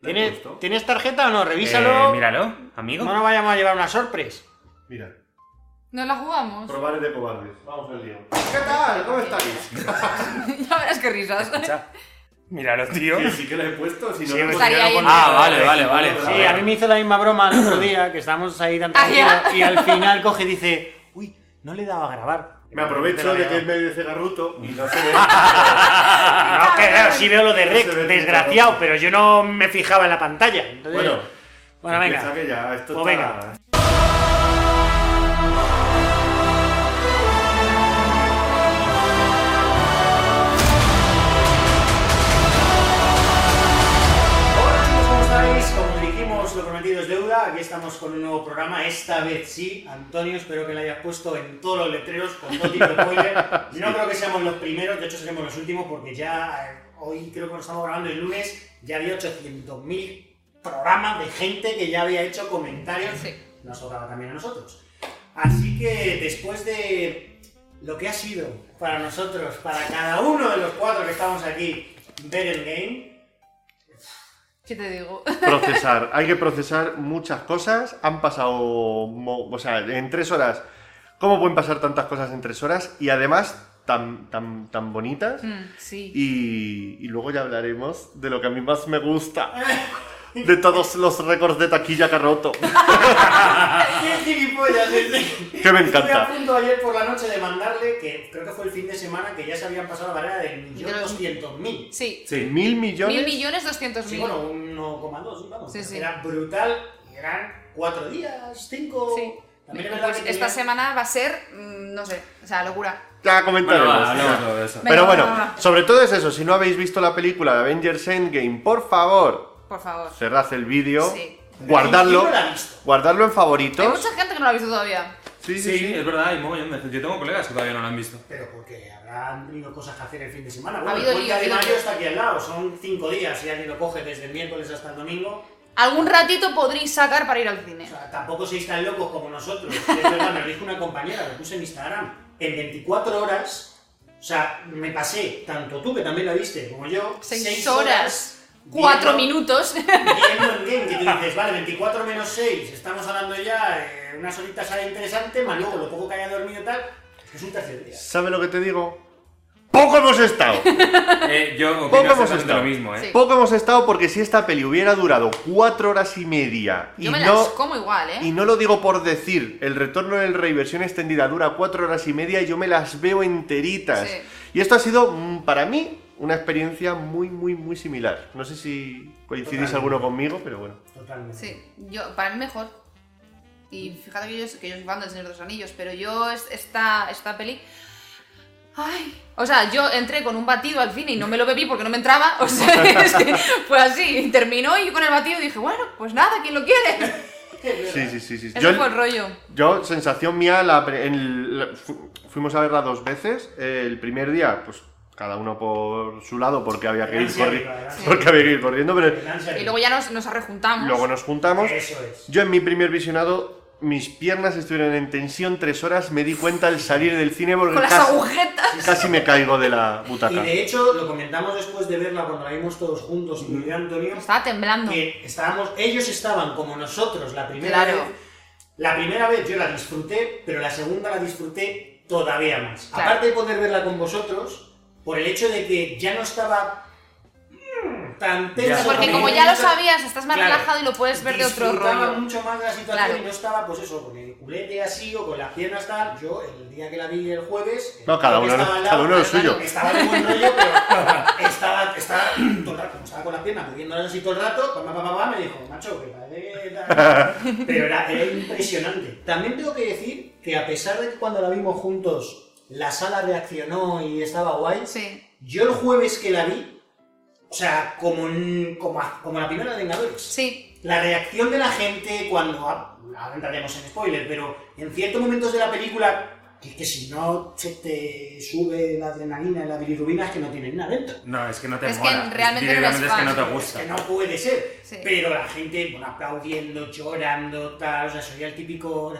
¿Tienes, puesto? ¿Tienes tarjeta o no? Revísalo. Eh, míralo, amigo. No nos vayamos a llevar una sorpresa. Mira, No la jugamos. probar de cobardes. Vamos al lío. ¿Qué tal? ¿Cómo estáis? ya verás qué risas. Escucha. Míralo, tío. Que sí que lo he puesto, si no Sí, lo he pues puesto. Estaría míralo ahí. con- Ah, vale, vale, vale. Sí, a mí me hizo la misma broma el otro día, que estábamos ahí tan Ah, ya. tranquilos, y al final coge y dice, uy, no le he dado a grabar. Me aprovecho de que es medio cegarruto y no se ve. No, que Ah, claro, sí veo lo de Rec, No se ve desgraciado, pero yo no me fijaba en la pantalla. Entonces- bueno, bueno, venga. empieza que ya, esto Pues está- venga. Hola chicos, ¿cómo estáis? Como dijimos, lo prometido es deuda. Aquí estamos con un nuevo programa. Esta vez sí, Antonio, espero que lo hayas puesto en todos los letreros con todo tipo de spoiler. No creo que seamos los primeros, de hecho seremos los últimos porque ya eh, hoy creo que nos estamos grabando el lunes, ya había 800.000 programas de gente que ya había hecho comentarios. Sí. Nos tocaba también a nosotros. Así que después de lo que ha sido para nosotros, para cada uno de los cuatro que estamos aquí, ver el game, ¿Qué te digo? Procesar, hay que procesar muchas cosas. Han pasado, mo- o sea, en tres horas. ¿Cómo pueden pasar tantas cosas en tres horas? Y además, tan, tan, tan bonitas. Mm, sí. Y, y luego ya hablaremos de lo que a mí más me gusta. De todos los récords de taquilla que ha roto. ¡Qué gilipollas ese! Que me Estuve a encanta. punto ayer por la noche de mandarle, que creo que fue el fin de semana, que ya se habían pasado la barrera del millón De los- doscientos mil. Sí. Mil millones. Mil millones doscientos Sí, mil. bueno, 1,2, vamos. Sí, sí. Era brutal. y Eran cuatro días, cinco... Sí. También es Pues verdad que esta tenía- semana va a ser, mm, no sé, o sea, locura. Ya Bueno, comentaremos. va, hablamos de eso. Venga, Pero bueno, va, va, va. sobre todo es eso. Si no habéis visto la película de Avengers Endgame, por favor, Por favor. cerrad el vídeo. Sí. Guardadlo. Yo no la he visto. Guardadlo en Hay favoritos. mucha gente que no lo ha visto todavía. Sí, sí, Sí, sí. es verdad, hay mogollón de gente. Yo tengo colegas que todavía no lo han visto. Pero porque habrán tenido cosas que hacer el fin de semana. Bueno, habido el puente lío, ha de habido mayo lío. está aquí al lado. Son cinco días si alguien lo coge desde el miércoles hasta el domingo. Algún ratito podréis sacar para ir al O cine. sea, tampoco seis tan locos como nosotros. Es verdad, me lo dijo una compañera, lo puse en Instagram. En 24 horas, o sea, me pasé, tanto tú que también la viste, como yo, Seis, seis horas, cuatro viendo- minutos. Viendo en game, que tú dices, vale, 24 menos 6, estamos hablando ya, eh, unas horitas ahí interesante, más luego lo poco que haya dormido y tal, es que es un tercer día. ¿Sabe lo que te digo? Poco hemos estado. Eh, yo Poco hemos opino exactamente estado. lo mismo, ¿eh? Sí. Poco hemos estado porque si esta peli hubiera durado cuatro horas y media y Yo me no las como igual, ¿eh? y no lo digo por decir, el retorno del rey versión extendida dura cuatro horas y media y yo me las veo enteritas. Sí. Y esto ha sido mm, para mí una experiencia muy muy muy similar. No sé si coincidís Totalmente. alguno conmigo, pero bueno. Totalmente. Sí, yo, para mí mejor. Y fíjate que yo, que yo soy fan del Señor de los Anillos, pero yo es- esta, esta peli... Ay, o sea, yo entré con un batido al cine y no me lo bebí porque no me entraba. O sea, es que fue así. Y terminó y yo con el batido dije, bueno, pues nada, ¿quién lo quiere? Sí, sí, sí, sí. Ese Yo, fue el rollo. yo, sensación mía, la, pre- en la- fu- fuimos a verla dos veces. Eh, el primer día, pues cada uno por su lado porque había que El ir, ansia corri- arriba, el ansia porque había que ir corriendo, pero El ansia Y luego ya nos, nos rejuntamos. Luego nos juntamos. Eso es. Yo en mi primer visionado, mis piernas estuvieron en tensión tres horas. Me di cuenta al salir del cine porque Con las casi, agujetas. casi me caigo de la Y butaca. de hecho, lo comentamos después de verla cuando la vimos todos juntos, y Antonio, Estaba temblando. que estábamos, ellos estaban como nosotros la primera Claro. vez. La primera vez yo la disfruté, pero la segunda la disfruté todavía más. Claro. Aparte de poder verla con vosotros, por el hecho de que ya no estaba mm, tan tenso. Porque tan como ya lo tenso, sabías, estás más Claro. relajado y lo puedes ver de otro disfrutaba rollo. mucho más de la situación Claro. y no estaba, pues eso, con el culete así o con las piernas tal. Yo, el día que la vi el jueves. el No, cada tío que uno, estaba al lado, cada uno lo suyo. estaba en buen rollo, pero estaba, estaba todo el rato, como estaba con las piernas moviéndolas así todo el rato, pa, pa, pa, pa, pa, me dijo, macho, que parece que tal". Pero era, era impresionante. También tengo que decir que a pesar de que cuando la vimos juntos la sala reaccionó y estaba guay, Sí. yo el jueves que la vi, o sea, como, en- como, a- como la primera de Vengadores. Sí. La reacción de la gente cuando. ah, Ahora entraremos en spoiler, pero en ciertos momentos de la película, que, que si no se te sube la adrenalina y la bilirrubina, es que no tienen nada dentro. No, es que no te Es que mola. realmente no Directamente eres es que no fan. te Es gusta. que no puede ser. Sí. Pero la gente, bueno, aplaudiendo, llorando, tal. O sea, soy el típico.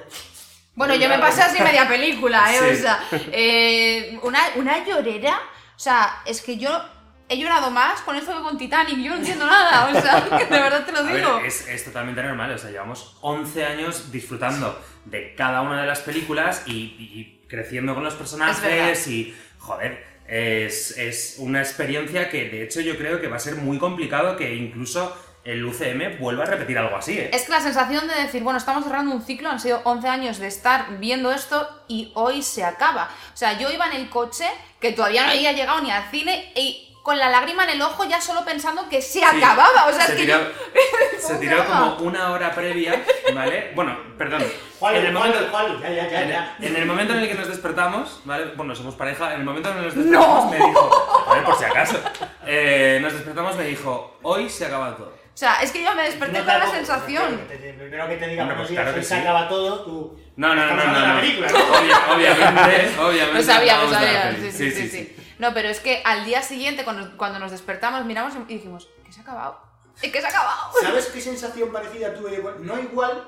Bueno, yo me pasé así media película, ¿eh? Sí. O sea, eh, una, una llorera. O sea, es que yo he llorado más con esto que con Titanic. Yo no entiendo nada, o sea, que de verdad te lo A ver, digo. es, es totalmente normal, o sea, llevamos 11 años disfrutando de cada una de las películas y, y- y creciendo con los personajes y, joder, es, es una experiencia que de hecho yo creo que va a ser muy complicado que incluso el UCM vuelva a repetir algo así, ¿eh? Es que la sensación de decir, bueno, estamos cerrando un ciclo, han sido 11 años de estar viendo esto y hoy se acaba. O sea, yo iba en el coche, que todavía no había llegado ni al cine, y con la lágrima en el ojo ya solo pensando que se Sí. acababa. O sea, se es que tiró, yo- se tiró como una hora previa, ¿vale? Bueno, perdón. ¿Cuál, en el cuál, momento, cuál? Ya, ya, ya, en, ya. el, en el momento en el que nos despertamos, ¿vale? Bueno, somos pareja, en el momento en el que nos despertamos me dijo, a ver, por si acaso, eh, nos despertamos me dijo, hoy se acaba todo. o sea, es que yo me desperté No te con la hago- sensación. te- te- Primero que te diga buenos Hombre, pues días, claro que hoy se sí. acaba todo, tú... No, no, no, Estamos no, hablando de la no. no. película, Obvia- obviamente, obviamente. Lo sabía, lo acabamos de sabía. la Sí peli. sí sí, sí. No, pero es que al día siguiente, cuando, cuando nos despertamos, miramos y dijimos, ¿qué se ha acabado? ¿Es que se ha acabado? ¿Sabes qué sensación parecida tuve? Igual- No igual,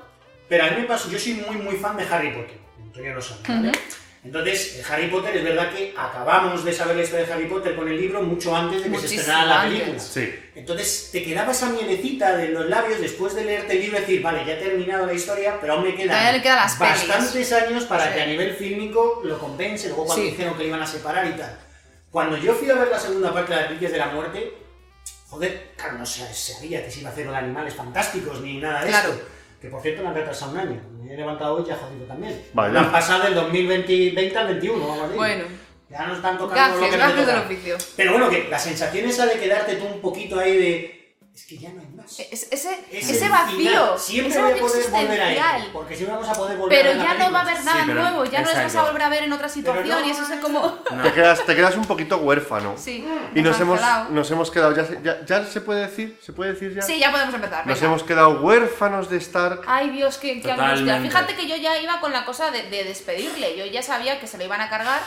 pero a mí me pasó. Yo soy muy, muy fan de Harry Potter. Antonio lo sabe, ¿vale? Entonces, eh, Harry Potter es verdad que acabamos de saber la historia de Harry Potter con el libro mucho antes de que se Muchísimo estrenara la antes. película. Sí. Entonces, te quedaba esa mielecita de los labios después de leerte el libro y decir, vale, ya he terminado la historia, pero aún me Todavía quedan le quedan las pelis. bastantes años para Sí. que a nivel fílmico lo compense. Luego, cuando Sí. dijeron que lo iban a separar y tal. Cuando yo fui a ver la segunda parte de Las Reliquias de la Muerte, joder, claro, no se sabía que se iba a hacer los animales fantásticos ni nada de Claro. esto. Que por cierto, me han retrasado un año. Me he levantado hoy y ya jodido también. Vale. Me han pasado del 2020 20 al 21, vamos a decir. Bueno, Ya nos están tocando lo gracias, que nos gracias del toca. oficio. Pero bueno, que la sensación esa de quedarte tú un poquito ahí de. Es que ya no hay más. Es- ese, Es E-, ese el vacío, final. Siempre ese voy a vacío poder volver a existencial. él. Porque siempre vamos a poder volver a ver Pero la ya no va película. a haber nada pero- nuevo, ya no les vas a exacto. volver a ver en otra situación no- y eso es como... No. Te quedas, te quedas un poquito huérfano. Sí, Y nos hemos, cancelado. nos hemos quedado, ya, se- ya, ya se puede decir, se puede decir ya. Sí, ya podemos empezar. nos venga. Ah. hemos quedado huérfanos de Stark. Ay, Dios, qué, qué angustia. Totalmente. Fíjate que yo ya iba con la cosa de, de despedirle. Yo ya sabía que se le iban a cargar,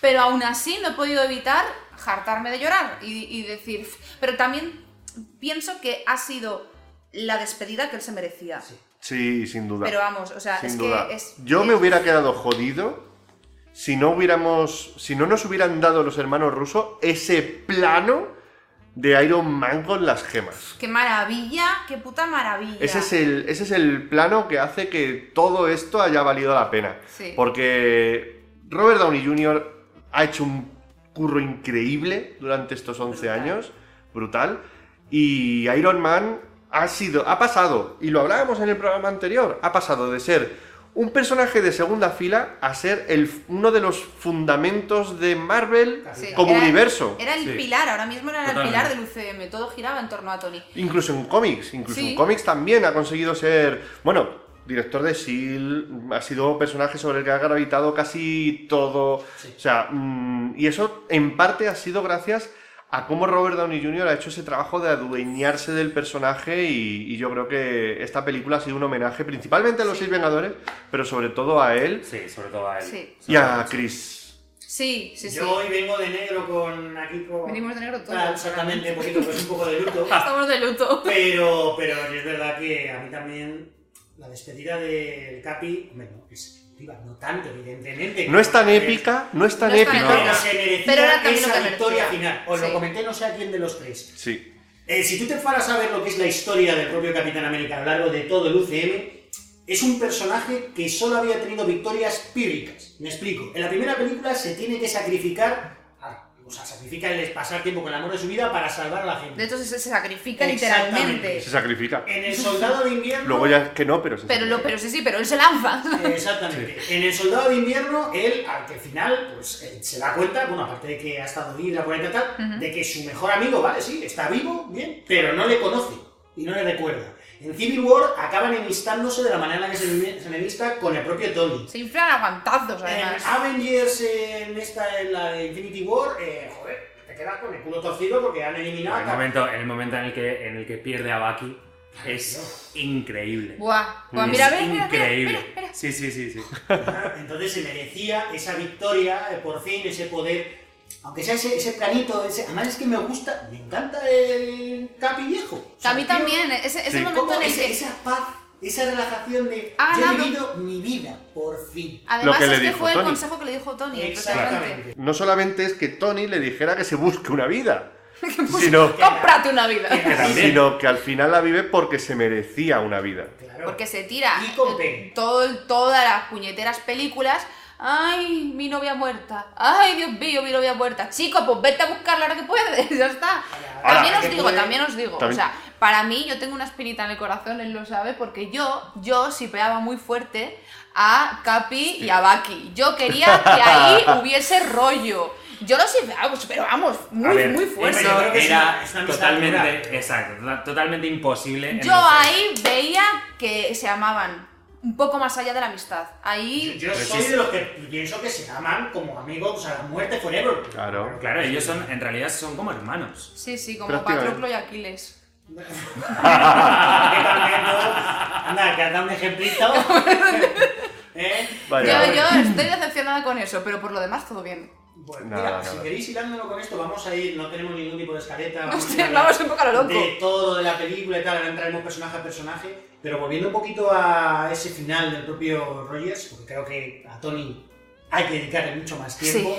pero aún así no he podido evitar hartarme de llorar y, y decir. "F". Pero también pienso que ha sido la despedida que él se merecía. Sí, sin duda. Pero vamos, o sea, sin es duda. que es. Yo me es- hubiera quedado jodido si no hubiéramos, si no nos hubieran dado los hermanos rusos ese plano de Iron Man con las gemas. Qué maravilla, qué puta maravilla. Ese es, el, ese es el plano que hace que todo esto haya valido la pena. Sí. Porque Robert Downey Jr. ha hecho un curro increíble durante estos 11 Brutal. años, brutal. Y Iron Man ha sido, ha pasado, y lo hablábamos en el programa anterior, ha pasado de ser un personaje de segunda fila a ser el, uno de los fundamentos de Marvel Sí, como era- universo. Era el Sí. pilar, ahora mismo era el Totalmente. pilar del UCM. Todo giraba en torno a Tony. Incluso en cómics, incluso Sí. en cómics también ha conseguido ser, bueno, director de S.H.I.E.L.D., E ha sido personaje sobre el que ha gravitado casi todo, Sí. o sea, mm, y eso en parte ha sido gracias a cómo Robert Downey Jr. ha hecho ese trabajo de adueñarse del personaje y, y yo creo que esta película ha sido un homenaje principalmente a los Sí. Seis Vengadores, pero sobre todo a él Sí, sobre todo a él. Sí. y a Chris. Sí, sí, sí. Yo hoy vengo de negro con. Aquí con. Venimos de negro todos. Ah, exactamente, un poquito, pues un poco de luto. Estamos de luto. Pero, pero es verdad que a mí también la despedida del Capi, hombre, no, es emotiva, no tanto, evidentemente. No es tan épica, no es tan No es tan épica. Pero se merecía Pero era también lo esa que merecía. victoria final. Os Sí. lo comenté no sé a quién de los tres. Sí, Eh, si tú te fueras a ver lo que es la historia del propio Capitán América a lo largo de todo el UCM, es un personaje que solo había tenido victorias pírricas. Me explico. En la primera película se tiene que sacrificar, ah, o sea, sacrifica el pasar tiempo con el amor de su vida para salvar a la gente. De hecho, se, se sacrifica Exactamente. literalmente. se sacrifica. En el Soldado de Invierno... Luego ya que no, pero se Pero, lo, sacrifica. pero sí, sí, pero él se lanza. Exactamente. En El Soldado de Invierno, él, al que al final, pues eh, se da cuenta, bueno, aparte de que ha estado libre, por y tal, Ujú. de que su mejor amigo, vale, sí, está vivo, bien, pero no le conoce y no le recuerda. En Civil War acaban enemistándose de la manera en la que se enemi- se enemista con el propio Tony. Se inflan a guantazos, además. En Avengers, eh, en esta, en la de Infinity War, eh, joder, te quedas con el culo torcido porque han eliminado. El a- momento, el momento en el que, en el que pierde a Bucky es increíble. Buah, buah, Es mira, ves, mira, mira, increíble. mira, mira. Sí, sí, sí, sí. Claro, Entonces se merecía esa victoria, eh, por fin, ese poder. Aunque sea ese, ese planito, ese- además es que me gusta, me encanta el Capi viejo. O sea, A mí tío, también, ese, ese Sí. momento ¿cómo en el ese- que... Ah, esa paz, esa relajación de Ha yo he ganado". vivido mi vida, por fin. Además, Lo que le es que dijo fue el Tony. consejo que le dijo Tony. Exactamente. totalmente. no solamente es que Tony le dijera que se busque una vida, Que puso, Sino- ¡Cómprate una vida! Que también. Sino que al final la vive porque se merecía una vida. Claro. Porque se tira Y con pena. todo, el- todas las puñeteras películas. Ay, mi novia muerta. Ay, Dios mío, mi novia muerta. Chico, pues vete a buscarla ahora que puedes. Ya está. Ahora, también ahora os que digo, puede. también os digo. También. O sea, para mí yo tengo una espinita en el corazón, él lo sabe, porque yo, yo sipeaba muy fuerte a Capi y a Baki. Yo quería que ahí hubiese rollo. Yo lo sipeaba, pues, pero vamos, A muy, ver, muy fuerte. Yo creo Eso que es era una- es una amistad totalmente, natural. exacto, to- totalmente imposible. en Yo el- ahí veía que se amaban un poco más allá de la amistad. Ahí Yo Pero soy sí. de los que pienso que se aman como amigos a la muerte forever. Claro. Claro, ellos son, en realidad son como hermanos. sí, sí, como Prácticamente. Patroclo y Aquiles. Que también, ¿no? Ah. Anda, que has dado un ejemplito. ¿Eh? Vaya. yo, yo estoy decepcionada con eso, pero por lo demás todo bien. Bueno, Nada, mira, nada. si queréis hilándolo con esto, vamos a ir, no tenemos ningún tipo de escaleta. a Hostia, ir vamos un poco a lo loco. De todo, de la película y tal, ahora entraremos personaje a personaje. Pero volviendo un poquito a ese final del propio Rogers, porque creo que a Tony hay que dedicarle mucho más tiempo.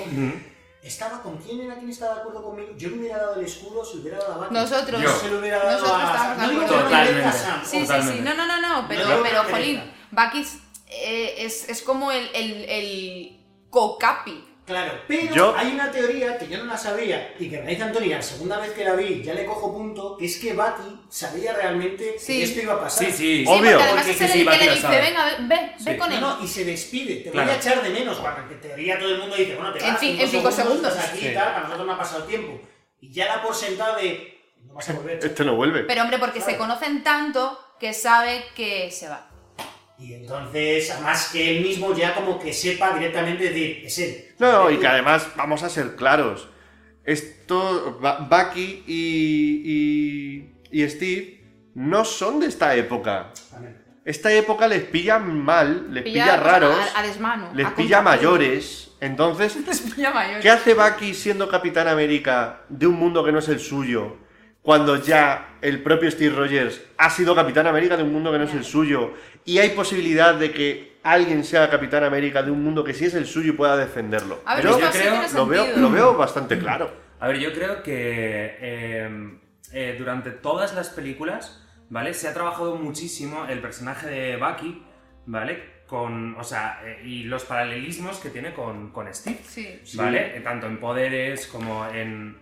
¿Estaba con quién era quien estaba de acuerdo conmigo? Yo le hubiera dado el escudo, se lo hubiera dado a Batman. Nosotros. Yo se lo hubiera dado Nosotros a estábamos de No digo acuerdo. que no le dé a Totalmente. Sam, Sí, sí, sí. Totalmente. No, no, no, no. Pero, No, no, pero no, no. Jolín, Bakis eh, es, es como el, el, el cocapi. Claro, pero Yo- hay una teoría que yo no la sabía y que me dice Antonio, la segunda vez que la vi ya le cojo punto, que es que Bati sabía realmente Sí. que esto iba a pasar. Sí, sí. Sí, porque Obvio. además Porque es sí, el sí, que Bakis le lo dice, sabe. venga, ve, ve, ve Sí. con él. No, no, y se despide, te Claro. voy a echar de menos, cuando que en teoría todo el mundo dice, bueno, te En vas fin, cinco en cinco segundos. estás aquí y Sí. tal, para nosotros no ha pasado tiempo. Y ya la por sentada de, no vas a volver. chaval. Este no vuelve. Pero hombre, porque se Claro. conocen tanto que sabe que se va. Y entonces, además que él mismo ya como que sepa directamente decir, es él. No, Es y tú. que además, vamos a ser claros. Esto, Ba- Bucky y, y, y Steve no son de esta época. Amén. Esta época les pilla mal, les pilla, pues, raros, A, a desmano. les a pilla contrapelo. mayores. Entonces, Les pilla mayores. ¿qué hace Bucky siendo Capitán América de un mundo que no es el suyo? Cuando ya el propio Steve Rogers ha sido Capitán América de un mundo que no es el suyo y hay posibilidad de que alguien sea Capitán América de un mundo que sí es el suyo y pueda defenderlo. A ver, Pero- esto yo sí creo- tiene lo veo, sentido. lo veo bastante claro. A ver, yo creo que eh, eh, durante todas las películas, ¿vale? Se ha trabajado muchísimo el personaje de Bucky, ¿vale? Con, o sea, eh, y los paralelismos que tiene con, con Steve, Sí. ¿vale? Eh, Tanto en poderes como en...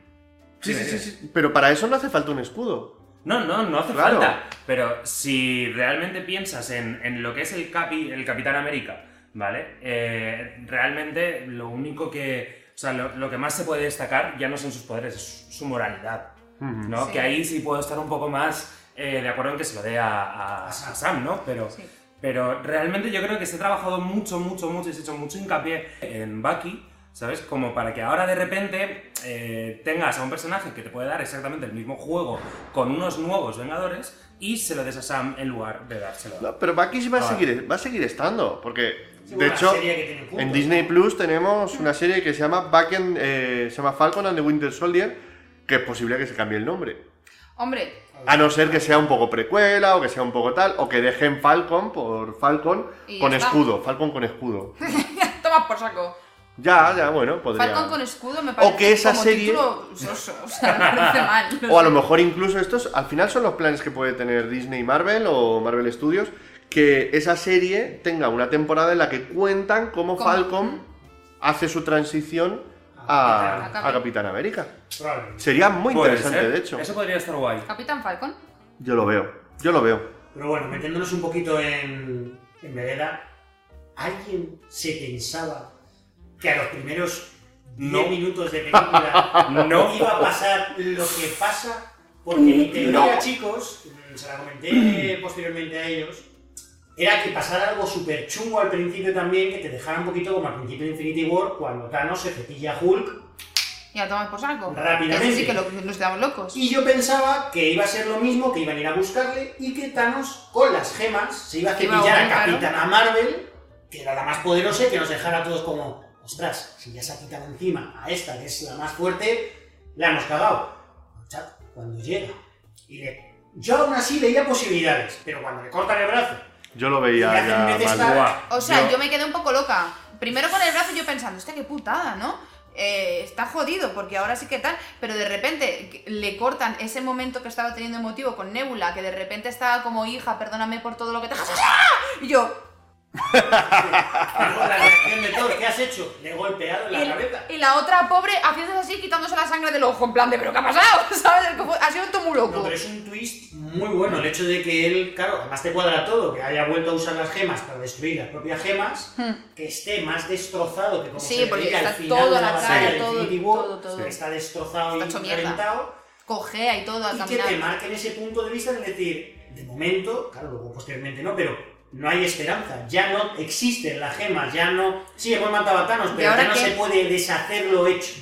Sí, sí, Dime, sí, dime. sí. Pero para eso no hace falta un escudo. No, no, no hace Claro. falta. Pero si realmente piensas en, en lo que es el, capi, el Capitán América, ¿vale? Eh, realmente lo único que... O sea, lo, lo que más se puede destacar ya no son sus poderes, es su moralidad. ¿no? Sí. Que ahí sí puedo estar un poco más eh, de acuerdo en que se lo dé a, a- a Sam, ¿no? Pero, Sí. pero realmente yo creo que se ha trabajado mucho, mucho, mucho y se ha hecho mucho hincapié en Bucky, ¿sabes? Como para que ahora de repente eh, tengas a un personaje que te puede dar exactamente el mismo juego con unos nuevos Vengadores y se lo des a Sam en lugar de dárselo a... No, pero Bucky sí va a, Ah. seguir, va a seguir estando. Porque, Sí, de una hecho, serie que tiene puntos, en Disney Plus tenemos una serie que se llama, Bucky and- eh, se llama Falcon and the Winter Soldier, que es posible que se cambie el nombre. Hombre, A no ser que sea un poco precuela o que sea un poco tal, o que dejen Falcon por Falcon Y ya con está. escudo. Falcon con escudo. toma por saco. Ya, ya, bueno, podría. Falcon con escudo me parece que esa como serie- título soso, o sea, me parece mal. O a lo mejor incluso estos, al final son los planes que puede tener Disney y Marvel o Marvel Studios, que esa serie tenga una temporada en la que cuentan cómo Cómo- Falcon hace su transición A a, Capitán. a Capitán América. Probablemente. Sería muy Puede interesante, ser. de hecho. Eso podría estar guay. Capitán Falcon. Yo lo veo, yo lo veo. Pero bueno, metiéndonos un poquito en, en vereda, ¿alguien se pensaba que a los primeros 10 No. minutos de película No. iba a pasar lo que pasa? Porque mi teoría, chicos, mm, se la comenté posteriormente a ellos, era que pasara algo súper chungo al principio también, que te dejara un poquito como al principio de Infinity War, cuando Thanos se cepilla a Hulk Y a tomar por saco. Rápidamente. Eso sí que lo- nos quedamos locos. Y yo pensaba que iba a ser lo mismo, que iban a ir a buscarle y que Thanos con las gemas se iba a Que iba a cepillar a volver, claro. Capitana Marvel, que era la más poderosa y que nos dejara a todos como, ostras, si ya se ha quitado encima a esta que es la más fuerte, la hemos cagado. Chato, Cuando llega y le... Yo aún así veía posibilidades, pero cuando le cortan el brazo, Yo lo Y veía hacen ya veces mal. la- Guau. O sea, yo... me quedé un poco loca. Primero con el brazo yo pensando, hostia, qué putada, ¿no? eh, está jodido, porque ahora sí que tal, pero de repente le cortan ese momento que estaba teniendo emotivo con Nebula, que de repente estaba como hija, perdóname por todo lo que te has hecho. Y yo, Luego la reacción de Thor, ¿qué has hecho? Le he golpeado en y, la el- cabeza. y la otra pobre haciéndose así, quitándose la sangre del ojo, en plan de, pero ¿qué ha pasado? ¿Sabes? Como- Ha sido todo muy No, loco. pero es un twist muy bueno. El hecho de que él, claro, además te cuadra todo, que haya vuelto a usar las gemas para destruir las propias gemas, que esté más destrozado que como Hmm. Sí, se porque veía al está final todo de la batalla cara, de todo, Infinity War, todo, todo. que está destrozado Está hecho y mierda. reventado, Cogea y todo al y que te caminar. marquen ese punto de vista de decir, de momento, claro, luego posteriormente no, pero no hay esperanza, ya no existen las gemas, ya no... Sí, hemos matado a Thanos, pero ahora ya no qué? se puede deshacer lo hecho.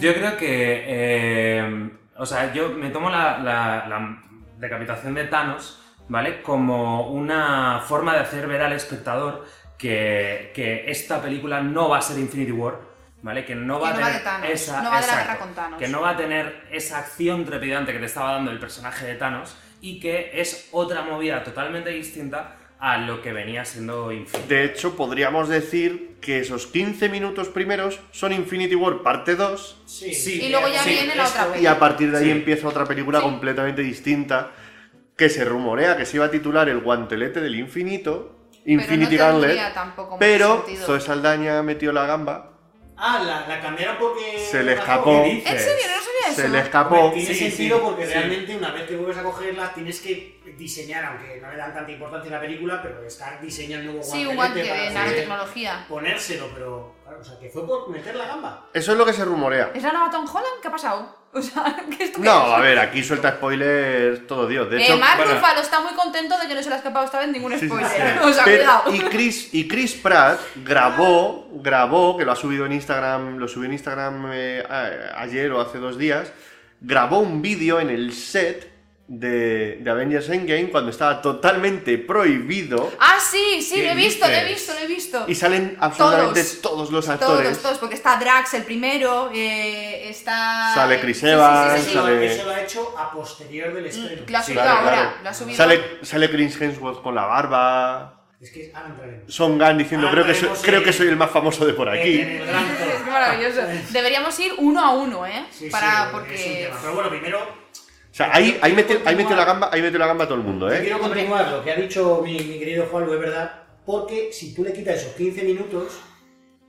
Yo creo que. eh, o sea, yo me tomo la, la- la decapitación de Thanos, ¿vale? Como una forma de hacer ver al espectador que, que esta película no va a ser Infinity War, ¿vale? Que no va a Que no va tener de Thanos, esa. no va de la exacto, guerra con Thanos. Que no va a tener esa acción trepidante que te estaba dando el personaje de Thanos y que es otra movida totalmente distinta a lo que venía siendo Infinity De hecho, podríamos decir que esos 15 minutos primeros son Infinity War parte 2 Sí, Sí. Y luego ya Sí, viene la otra esto- y peli. a partir de ahí Sí. empieza otra película Sí. completamente distinta que se rumorea que se iba a titular El guantelete del infinito, Infinity pero no Gauntlet, tendría tampoco mucho pero sentido. Zoe Saldaña metió la gamba, Ah, la, la cambiaron porque... Se le Ah, escapó. ¿qué dices? ¿En serio? No sabía eso. se le Hombre, escapó. Tiene Sí, sentido sí, porque sí. realmente una vez que vuelves a cogerla tienes que diseñar, aunque no le dan tanta importancia a la película, pero estar diseñando un nuevo Sí, un guante guantelete de para hacer- nanotecnología. ponérselo, pero claro, o sea, que fue por meter la gamba. Eso es lo que se rumorea. ¿Es la nueva Tom Holland? ¿Qué ha pasado? O sea, ¿qué esto qué No, es? a ver, aquí suelta spoilers todo Dios. De hecho, eh, Mark bueno, Ruffalo está muy contento de que no se le ha escapado esta vez ningún Sí, sí, spoiler. sí. O sea, Pero- cuidado. y Chris y Chris Pratt grabó grabó que lo ha subido en Instagram lo subió en Instagram eh, a- ayer o hace dos días grabó un vídeo en el set de, de Avengers Endgame cuando estaba totalmente prohibido Ah, sí, sí, ¿Qué lo he visto, lo he dices? visto, lo he visto. y salen absolutamente Todos. todos, los actores Todos, todos, porque está Drax el primero, eh, está... Sale Chris Criseva Evans, Ah, Eso- sale- Eso lo ha hecho a posterior del estreno. Lo ha Sí, subido claro, Mm, ahora, claro. lo ha subido sale sale Chris Hemsworth con la barba Es que ahora entraremos. Son Gunn diciendo Ah, creo que soy, veremos, creo eh, que soy el más famoso de por En Eh, aquí el gran Thor. Es maravilloso. Deberíamos ir uno a uno, ¿eh? Sí, sí, Para, es un porque... tema. Pero bueno, primero. o sea ahí ahí metió, ahí metió la gamba ahí metió la gamba a todo el mundo Yo eh quiero continuar lo que ha dicho mi, mi querido Juan, es verdad, porque si tú le quitas esos 15 minutos,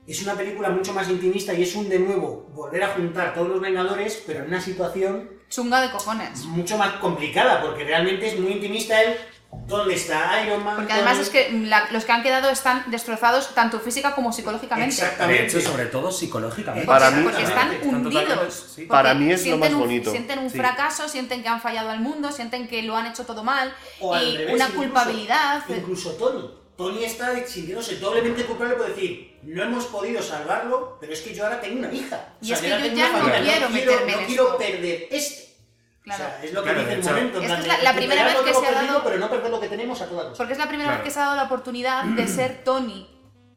es una película mucho más intimista y es un de nuevo volver a juntar todos los Vengadores, pero en una situación Chunga de cojones. mucho más complicada, porque realmente es muy intimista el dónde está Iron Man. Porque además Tony? es que la- los que han quedado están destrozados tanto física como psicológicamente. Exactamente. De hecho, sobre todo psicológicamente. Porque- Para mí- porque están Exactamente, están totalmente- hundidos. sí. Porque Para mí es lo sienten más un- bonito. sienten un Sí. fracaso, sienten que han fallado al mundo, sienten que lo han hecho todo mal O al y revés, una incluso- culpabilidad. Incluso Tony. Tony está sintiéndose doblemente culpable por decir, no hemos podido salvarlo, pero es que yo ahora tengo una hija. Y es que yo tengo ya una no familia, quiero meterme no en quiero esto. perder este esto. Claro. O sea, es lo que Claro, dice de el hecho- momento. en Esta plan es de la- la primera recuperar vez que lo se ha perdido, dado- Pero no perder lo que tenemos a toda costa. Porque es la primera Claro. vez que se ha dado la oportunidad de ser Tony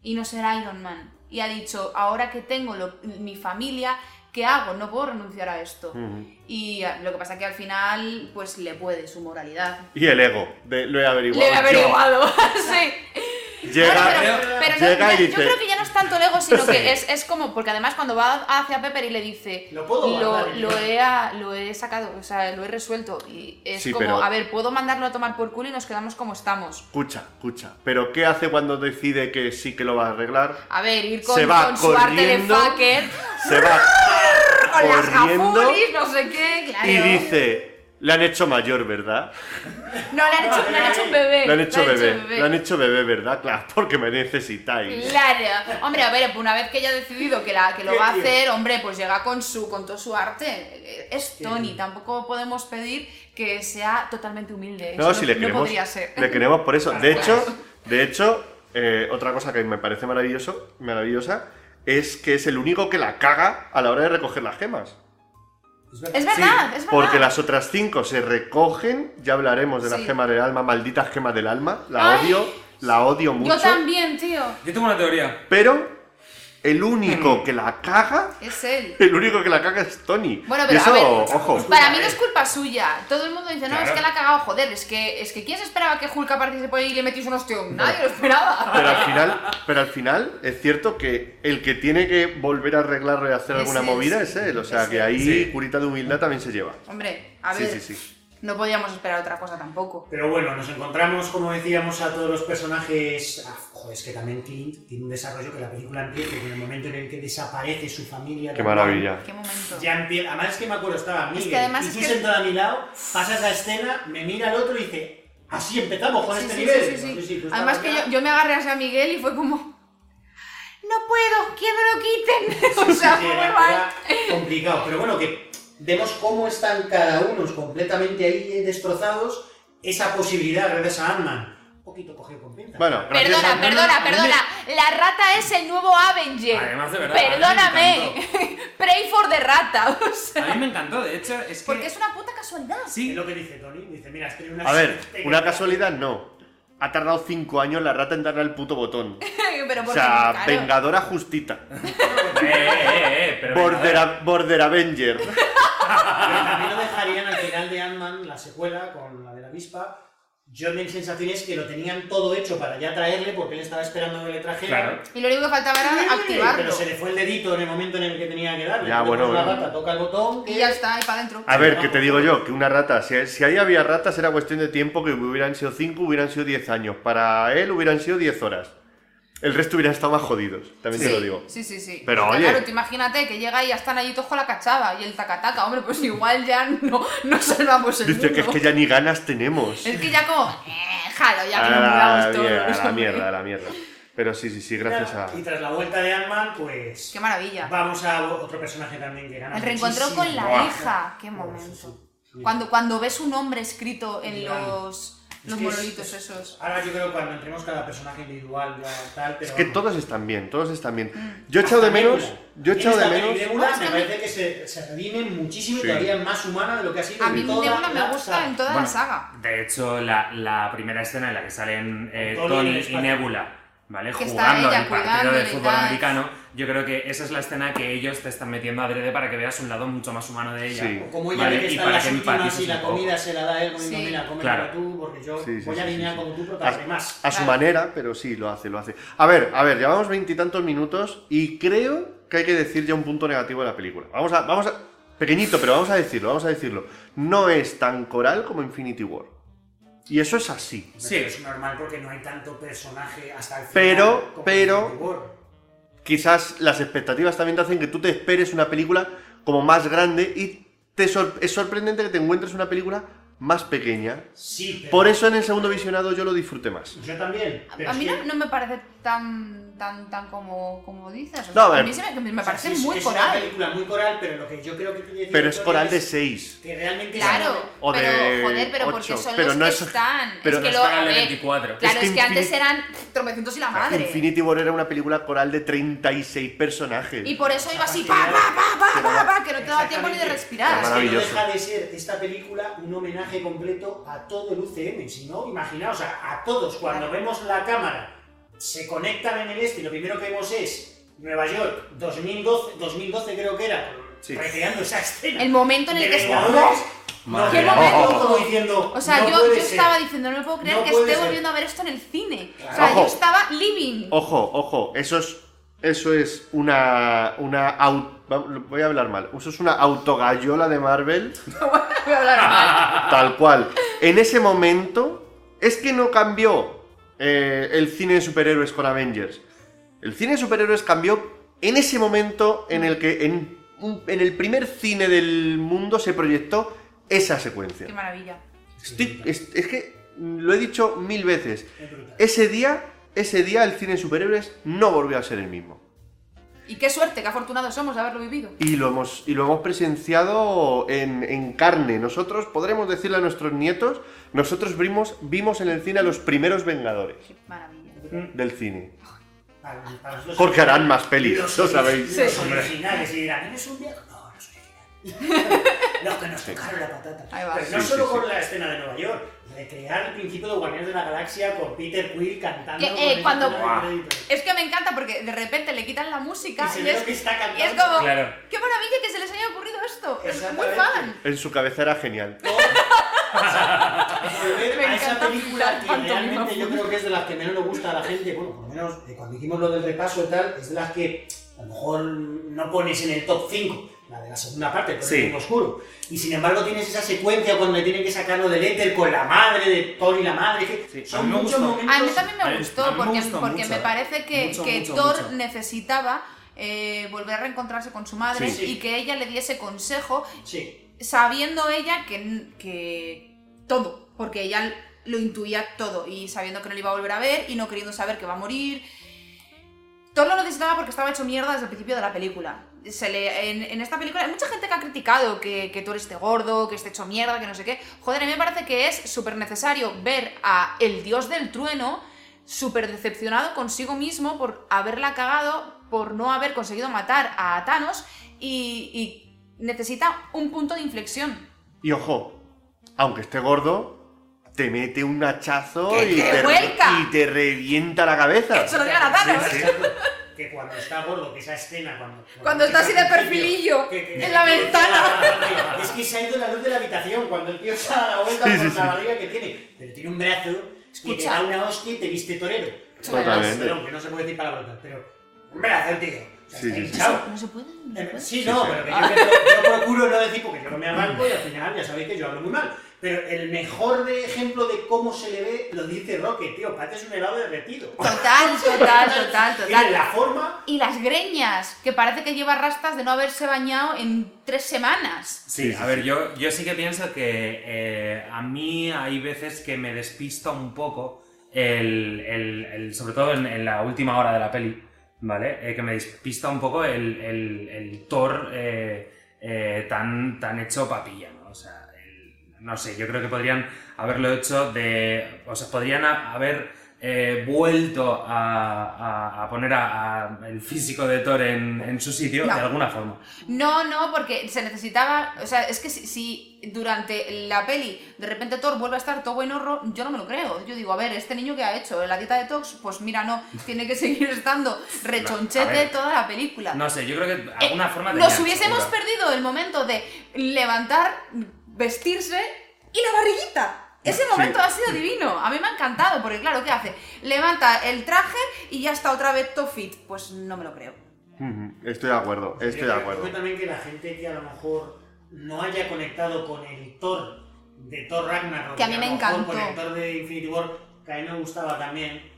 y no ser Iron Man. Y ha dicho, ahora que tengo lo- mi familia, ¿qué hago? No puedo renunciar a esto. Ujú. Y ah, lo que pasa que al final, pues le puede su moralidad. Y el ego, de, lo he averiguado. Le he yo. averiguado, sí. Llega, Bueno, pero pero no, llega y ya- yo dice- creo que ya no es tanto el ego, sino que es, es como, porque además cuando va hacia Pepper y le dice, Lo puedo lo, guardar". lo he, a- lo he sacado, o sea, lo he resuelto. Y es Sí, como, pero- a ver, puedo mandarlo a tomar por culo y nos quedamos como estamos. Escucha, escucha. Pero ¿qué hace cuando decide que sí que lo va a arreglar? A ver, ir con, Se va con su arte de corriendo, fucker, Se va con las corriendo gafulis, no sé qué, claro. y dice, le han hecho mayor, ¿verdad? No, le han hecho, Eh, le han hecho un bebé. Le han hecho bebé, le han hecho bebé, ¿verdad? Claro, porque me necesitáis. Claro. Hombre, a ver, una vez que ya ha decidido que, la, que lo ¿Qué va a tiene? hacer, hombre, pues llega con su con todo su arte. Es Tony, tiene? tampoco podemos pedir que sea totalmente humilde. Eso No, si le queremos, podría ser. le queremos por eso. De Claro. hecho, de hecho eh, otra cosa que me parece maravilloso, maravillosa es que es el único que la caga a la hora de recoger las gemas. Es verdad. Es verdad, es verdad. Porque las otras cinco se recogen, ya hablaremos de las Sí. gemas del alma, malditas gemas del alma, la ¡Ay! odio, la odio mucho. Yo también, tío. Yo tengo una teoría. Pero el único que la caga, Es él. el único que la caga es Tony. Bueno, Y pero a eso, ver, ojo. Para mí no es culpa suya. Todo el mundo dice, no, Claro. es que la ha cagado, joder. Es que, es que ¿quién se esperaba que Hulk apareciese por ahí y le metiese un ostión? Nadie lo esperaba. Pero al final, pero al final es cierto que el que tiene que volver a arreglarlo y hacer Es alguna él, movida sí. es él. O sea Es que él. ahí Sí. curita de humildad también se lleva. Hombre, a Sí, ver, sí, sí. no podíamos esperar otra cosa tampoco. Pero bueno, nos encontramos, como decíamos, a todos los personajes. Ah, joder, es que también Clint tiene un desarrollo que la película empieza con el momento en el que desaparece su familia. Qué también. maravilla. Qué momento. Ya empieza. Además, es que me acuerdo, estaba Miguel. que además y es tú que- sentado a mi lado, pasas la escena, me mira el otro y dice: Así empezamos con Sí, este sí, nivel. sí, sí, Digo, sí. tú estabas Además que ya- yo, yo me agarré a San Miguel y fue como... No puedo, que me lo quiten. o sea, Sí, fue muy era- mal. era complicado, pero bueno, que vemos cómo están cada uno completamente ahí eh, destrozados, esa posibilidad gracias a Ant-Man. Un poquito cogido con pinzas. Bueno, gracias a- Perdona, no, perdona, no, perdona. La rata es el nuevo Avenger. Además, de verdad, a mí me Perdóname. Pray for the rata. O sea, A mí me encantó, de hecho, es que. porque es una puta casualidad. Es Sí, lo que dice Tony, dice, mira, estoy en una... A ver, suerte que- una casualidad no. Ha tardado cinco años la rata en darle al puto botón. Pero O porque, sea, claro, vengadora justita. eh, eh, eh, pero. Border, a- Border Avenger. Pero también lo dejarían al final de Ant-Man, la secuela, con la de la avispa. Yo mi sensación es que lo tenían todo hecho para ya traerle, porque él estaba esperando que le trajera. Claro. Y lo único que faltaba era Pero activarlo. se le fue el dedito en el momento en el que tenía que darle. Ya, Entonces, bueno, La bueno. rata toca el botón. Y ya está, y para adentro. A ver, que te digo Ah, yo, que una rata, si, si ahí había ratas era cuestión de tiempo, que hubieran sido 5, hubieran sido 10 años. Para él hubieran sido 10 horas. El resto hubieran estado más jodidos, también Sí, te lo digo. Sí, sí, sí. Pero, Porque, oye. Claro, tú imagínate que llega y ya están allí todos con la cachava y el tacataca. Hombre, pues igual ya no, no salvamos el Dice que es mundo. que ya ni ganas tenemos. Es que ya como. Eh, jalo, ya que nos a, la muramos todos. mierda, a la mierda, a la mierda. Pero sí, sí, sí, gracias a... Y tras la vuelta de Ant-Man, pues... Qué maravilla. Vamos a otro personaje también que gana. El reencontró muchísimo. con la Buah. hija. Qué Buah, momento. sí, sí. Cuando, cuando ves un nombre escrito en Claro. los, Es los que es- monolitos es- esos. Ahora yo creo que cuando entremos cada personaje individual, ya tal, pero. Es que vamos. todos están bien, todos están bien. Mm. Yo he echado de Hasta menos... Nebula. Yo he En echado de esta menos... Nebula No, es que me a mí- parece que se, se redime muchísimo Sí. y todavía más humana de lo que ha sido. A en mí toda Nebula me la gusta saga. en toda la Bueno, saga. De hecho, la, la primera escena en la que salen Tony eh, en el Tony y espacio. Nebula, ¿vale? Que está Jugando ella el partido cuidándole de y fútbol tal. americano, yo creo que esa es la escena que ellos te están metiendo adrede para que veas un lado mucho más humano de ella. Sí. O Como ella ¿vale? ve que Y está en para las que últimas empatices y la un poco. comida se la da él comiendo, Sí. mira, come Claro. tú, porque yo Sí, sí, sí, voy a sí, alinear sí. como tú, pero Ah, para más. A su Claro. manera, pero sí, lo hace, lo hace. A ver, a ver, llevamos veintitantos minutos y creo que hay que decir ya un punto negativo de la película. Vamos a, vamos a, pequeñito, pero vamos a decirlo, vamos a decirlo. No es tan coral como Infinity War. Y eso es así. Sí. Sí. Es normal porque no hay tanto personaje hasta el final. Pero- como pero- en Infinity War. Quizás las expectativas también te hacen que tú te esperes una película como más grande y te sor- es sorprendente que te encuentres una película más pequeña. Sí, pero. Por eso en el segundo visionado yo lo disfruté más. Yo también. pero A es mí que- no, no me parece tan tan tan como, como dices. O No, a sea, a ver. mí se me, me o sea, parece sí, es- muy es una coral. película muy coral, pero lo que yo creo que tiene Pero es director coral de 6. Que realmente. Claro, O de pero joder, pero porque ocho, son pero los no que es- están. pero no es que es lo, a Para el ver, 24. Claro, Es que es que antes Infinity- eran pff, tropecientos y la madre. Infinity War era una película coral de 36 personajes. Y por eso iba así, pa, Exactamente. pa, pa, pa, Pero- pa, pa, que no te daba tiempo ni de Exactamente. respirar. Es que Maravilloso. No deja de ser esta película un homenaje completo a todo el UCM, si no, imaginaos, a, a todos, cuando vemos la cámara, se conectan en el este y lo primero que vemos es Nueva York, 2012, 2012 creo que era, Sí. recreando esa escena. El momento en de el que Vengadores, estamos. nos ¿Qué quedamos momento? como diciendo, O sea, "No yo, yo puede ser". estaba diciendo, no me puedo creer No que puede esté ser. volviendo a ver esto en el cine. O sea, Ojo. yo estaba living. Ojo, ojo, eso es, eso es una, una au- va- lo- voy a hablar mal, eso es una autogallola de Marvel, Voy a hablar mal. tal cual. En ese momento es que no cambió eh, el cine de superhéroes con Avengers. El cine de superhéroes cambió en ese momento en el que en, un- en el primer cine del mundo se proyectó esa secuencia. Qué maravilla. Estoy- es, es que lo he dicho mil veces. Es brutal. Ese día, ese día el cine de superhéroes no volvió a ser el mismo. Y qué suerte, qué afortunados somos de haberlo vivido. Y lo hemos, y lo hemos presenciado en, en carne. Nosotros podremos decirle a nuestros nietos, nosotros vimos, vimos en el cine a los primeros Vengadores Qué maravilla. del cine. Para- para nosotros- Porque harán más pelis, Los- lo sabéis. Los Sí. originales y dirán, ¿eres un viejo? No, no soy original. Los que nos tocaron la patata. Ahí va. Pero no Sí, solo sí, con la escena de Nueva York, recrear el principio de Guardianes de la Galaxia con Peter Quill cantando. Que, con eh, el cuando- tema de créditos. Es que me encanta porque de repente le quitan la música Y se y, ve es, lo que está cantando. y es como, Claro. ¡qué maravilla que se les haya ocurrido esto! Es muy Exactamente. fan. En su cabeza era genial. Volver Me a esa encanta película pintar que pantomima realmente yo full. creo que es de las que menos le gusta a la gente, bueno, por lo menos eh, cuando dijimos lo del repaso y tal, es de las que a lo mejor no pones en el top 5, la de la segunda parte, el Sí. sí. oscuro. Y sin embargo tienes esa secuencia cuando le tienen que sacarlo del éter con la madre de Thor y la madre, que Sí, a son mí me muchos gustó. momentos... A mí también a me mí- gustó a mí me porque, gustó porque mucho, me eh. parece que, Mucho, que mucho, Thor mucho. necesitaba eh, volver a reencontrarse con su madre Sí. y que ella le diese consejo Sí, sabiendo ella que, n- que todo, porque ella lo intuía todo y sabiendo que no le iba a volver a ver y no queriendo saber que va a morir. Todo lo necesitaba porque estaba hecho mierda desde el principio de la película. Se le, en, en esta película hay mucha gente que ha criticado que, que tú eres este gordo, que esté hecho mierda, que no sé qué. Joder, a mí me parece que es súper necesario ver a el dios del trueno súper decepcionado consigo mismo por haberla cagado, por no haber conseguido matar a Thanos y, y necesita un punto de inflexión. Y ojo, aunque esté gordo, te mete un hachazo ¡Que y te te, vuelca! y te revienta la cabeza. Se lo digan a Thanos. Sí, sí. que cuando está gordo, que esa escena cuando... Cuando está así de perfilillo que- que- en la que- ventana. Es que se ha ido la luz de la habitación cuando el tío se ha dado la vuelta Sí, por sí, la sí. barriga que tiene. Pero tiene un brazo y te Escucha. da una hostia y te viste torero. Totalmente. Perdón, que no se puede decir palabrotas, pero un brazo el tío. O sea, Sí, está sí, sí. hinchado. No se puede. no se Eh, puede. Sí, no, sí. pero que yo, que- yo procuro no decir porque yo no me arranco y al final ya sabéis que yo hablo muy mal. Pero el mejor de ejemplo de cómo se le ve lo dice Roque, tío. Parece un helado derretido. Total, total, total, Tiene total. la forma. Y las greñas, que parece que lleva rastas de no haberse bañado en tres semanas. Sí, Sí, sí, a ver, sí. Yo, yo sí que pienso que eh, a mí hay veces que me despista un poco, el, el- el- sobre todo en, en la última hora de la peli, ¿vale? Eh, que me despista un poco el, el, el Thor eh, eh, tan, tan hecho papilla, ¿no? O sea, el- no sé, yo creo que podrían haberlo hecho de... O sea, podrían a- haber eh, vuelto a, a- a poner a- a el físico de Thor en, en su sitio No. de alguna forma. No, no, porque se necesitaba. O sea, es que si, si durante la peli de repente Thor vuelve a estar todo buen horror, yo no me lo creo. Yo digo, a ver, este niño que ha hecho la dieta de Tox, pues mira, no, tiene que seguir estando A rechonchete ver. toda la película. No sé, yo creo que de alguna Eh, forma... Nos tenían, hubiésemos seguro. perdido el momento de levantar, vestirse y la barriguita. Ese momento ha sido divino, a mí me ha encantado, porque claro, ¿qué hace? Levanta el traje y ya está otra vez top fit. Pues no me lo creo. Ujú, Estoy de acuerdo, estoy de Yo creo- acuerdo. Creo también que la gente que a lo mejor no haya conectado con el Thor de Thor Ragnarok. Que a mí y me lo mejor encantó. Con el Thor de Infinity War, que a mí me gustaba también.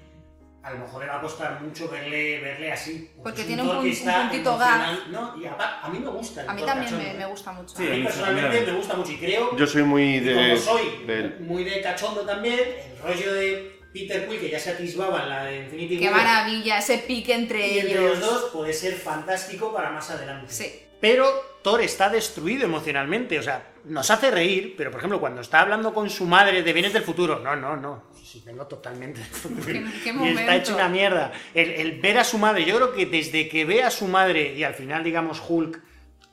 A lo mejor le va a costar mucho verle, verle así. Pues Porque es tiene un Thor que pun- un está puntito gag. emocional. No, y apa- a mí me gusta. el A mí Thor también me, cachondo. me gusta mucho. A Sí. mí personalmente me gusta mucho y creo Yo soy muy y de. como soy del- muy de cachondo también, el rollo de Peter Quill, que ya se atisbaba en la de Infinity Qué War, maravilla, ese pique entre, y entre los ellos. dos puede ser fantástico para más adelante. Sí. Pero Thor está destruido emocionalmente, o sea, nos hace reír, pero por ejemplo, cuando está hablando con su madre de bienes del futuro, no, no, no, sí, vengo totalmente del futuro. Qué- qué y momento. está hecho una mierda. El, el ver a su madre, yo creo que desde que ve a su madre y al final, digamos, Hulk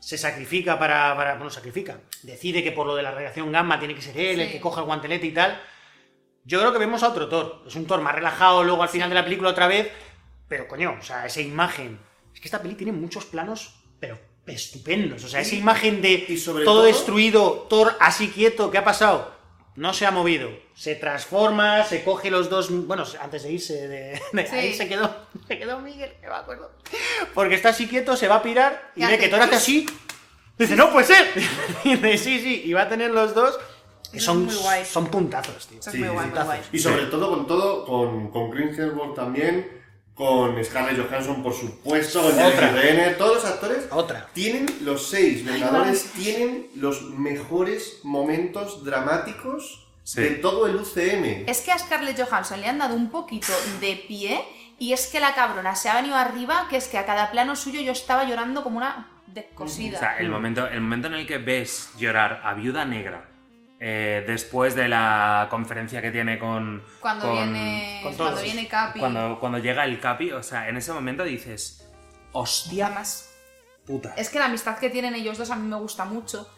se sacrifica para, para bueno, sacrifica, decide que por lo de la radiación gamma tiene que ser él el Sí. que coja el guantelete y tal, yo creo que vemos a otro Thor. Es un Thor más relajado luego al final de la película otra vez. Pero coño, o sea, esa imagen. Es que esta peli tiene muchos planos, pero estupendos. O sea, esa imagen de y sobre todo todo- destruido, Thor así quieto, ¿qué ha pasado? No se ha movido. Se transforma, se coge los dos. Bueno, antes de irse de. de Sí. Ahí se quedó. Se quedó Miguel, que me acuerdo. Porque está así quieto, se va a pirar y, Y ve hace- que Thor hace así. Dice, no puede ser. Y dice, sí, sí. Y va a tener los dos. Que Eso es son, muy guay. son puntazos, tío. Eso es Sí, muy sí, guay, sí, muy guay. Y sobre todo con todo, con, con Chris Hemsworth también, con Scarlett Johansson, por supuesto, con Otra. Jeremy Renner, todos los actores Otra. tienen, los seis Vengadores tienen los mejores momentos dramáticos Sí. de todo el UCM. Es que a Scarlett Johansson le han dado un poquito de pie y es que la cabrona se ha venido arriba, que es que a cada plano suyo yo estaba llorando como una descosida. O sea, el momento, el momento en el que ves llorar a Viuda Negra eh, después de la conferencia que tiene con... cuando con- viene con cuando todos. viene Capi. Cuando, cuando llega el Capi, o sea, en ese momento dices... Hostia, Además, puta. Es que la amistad que tienen ellos dos a mí me gusta mucho.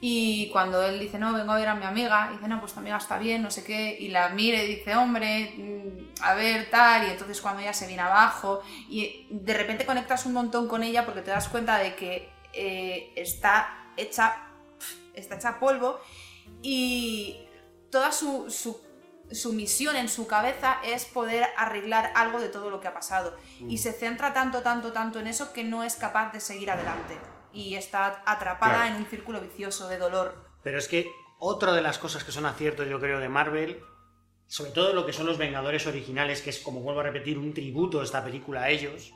Y cuando él dice, no, vengo a ver a mi amiga, dice, no, pues tu amiga está bien, no sé qué. Y la mira y dice, hombre, mm, a ver, tal. Y entonces cuando ella se viene abajo. Y de repente conectas un montón con ella porque te das cuenta de que eh, está hecha. pf, Está hecha polvo. Y toda su, su- su misión en su cabeza es poder arreglar algo de todo lo que ha pasado. Y se centra tanto, tanto, tanto en eso que no es capaz de seguir adelante. Y está atrapada Claro. en un círculo vicioso de dolor. Pero es que otra de las cosas que son aciertos, yo creo, de Marvel, sobre todo lo que son los Vengadores originales, que es, como vuelvo a repetir, un tributo esta película a ellos,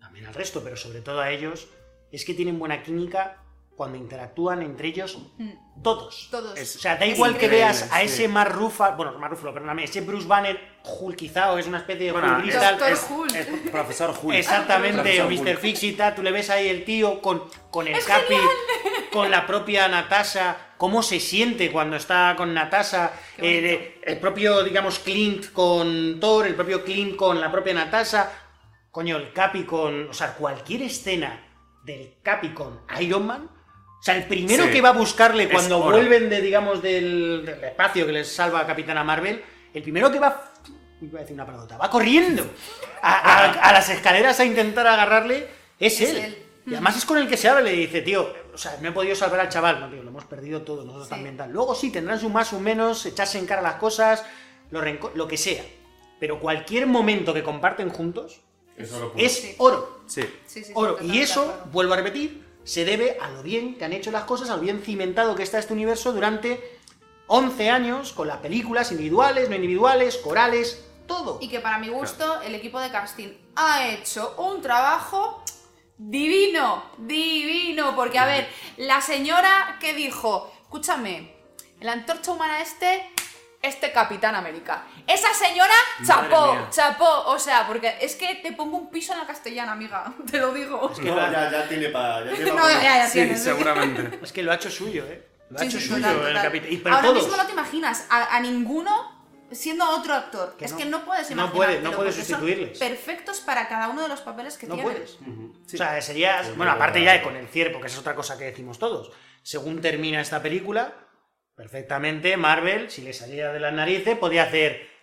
también al resto, pero sobre todo a ellos, es que tienen buena química cuando interactúan entre ellos Mm, todos. Todos. O sea, da Es igual que increíble, veas a sí. ese Mar Ruffalo, bueno, Mar Ruffalo, perdóname, ese Bruce Banner Hulk quizá, o es una especie de Bueno, Hulk es- Crystal, Doctor es- Hulk. es profesor Hulk. Exactamente, Profesor o Hulk. Mr. Fix y tal, tú le ves ahí el tío con, con el Capi, con la propia Natasha, cómo se siente cuando está con Natasha, Qué eh, de- el propio, digamos, Clint con Thor, el propio Clint con la propia Natasha, coño, el Capi con, o sea, cualquier escena del Capi con Iron Man, o sea, el primero Sí. que va a buscarle Es cuando oro. vuelven de, digamos, del, del espacio que les salva a Capitana Marvel, el primero que va. Iba a decir una pelota, va corriendo a, a- a las escaleras a intentar agarrarle, es, Es él. él. Y además es con el que se habla, le dice, tío, o sea, no he podido salvar al chaval, no, tío, lo hemos perdido todo, nosotros Sí. también tal. Luego sí, tendrán su más, su menos, echarse en cara las cosas, lo, renco- lo que sea. Pero cualquier momento que comparten juntos Eso lo puedo- es Sí. oro. Sí. Sí, sí, sí, Oro. Y totalmente de eso, acuerdo. vuelvo a repetir, se debe a lo bien que han hecho las cosas, a lo bien cimentado que está este universo durante 11 años con las películas individuales, no individuales, corales, todo. Y que para mi gusto, el equipo de casting ha hecho un trabajo divino, divino. Porque, a ver, la señora que dijo, escúchame, la antorcha humana este, este Capitán América. Esa señora, Madre chapó, mía. chapó. O sea, porque es que te pongo un piso en la castellana, amiga. Te lo digo. Es que No, lo ha- ya, ya tiene para. Ya tiene pa No, ya, comer. ya Sí, tienes. seguramente. Es que lo ha hecho suyo, ¿eh? Lo ha Sí, hecho sí, suyo total, el total. capitán. Y pero Ahora todos. mismo no te imaginas a, a ninguno siendo otro actor. Que es no. que no puedes No imaginar. puede- no puedes sustituirles. Perfectos para cada uno de los papeles que No tienen. puedes. Sí. O sea, sería. Bueno, aparte ya con el cierre, porque esa es otra cosa que decimos todos. Según termina esta película, perfectamente Marvel, si le saliera de las narices, podía hacer.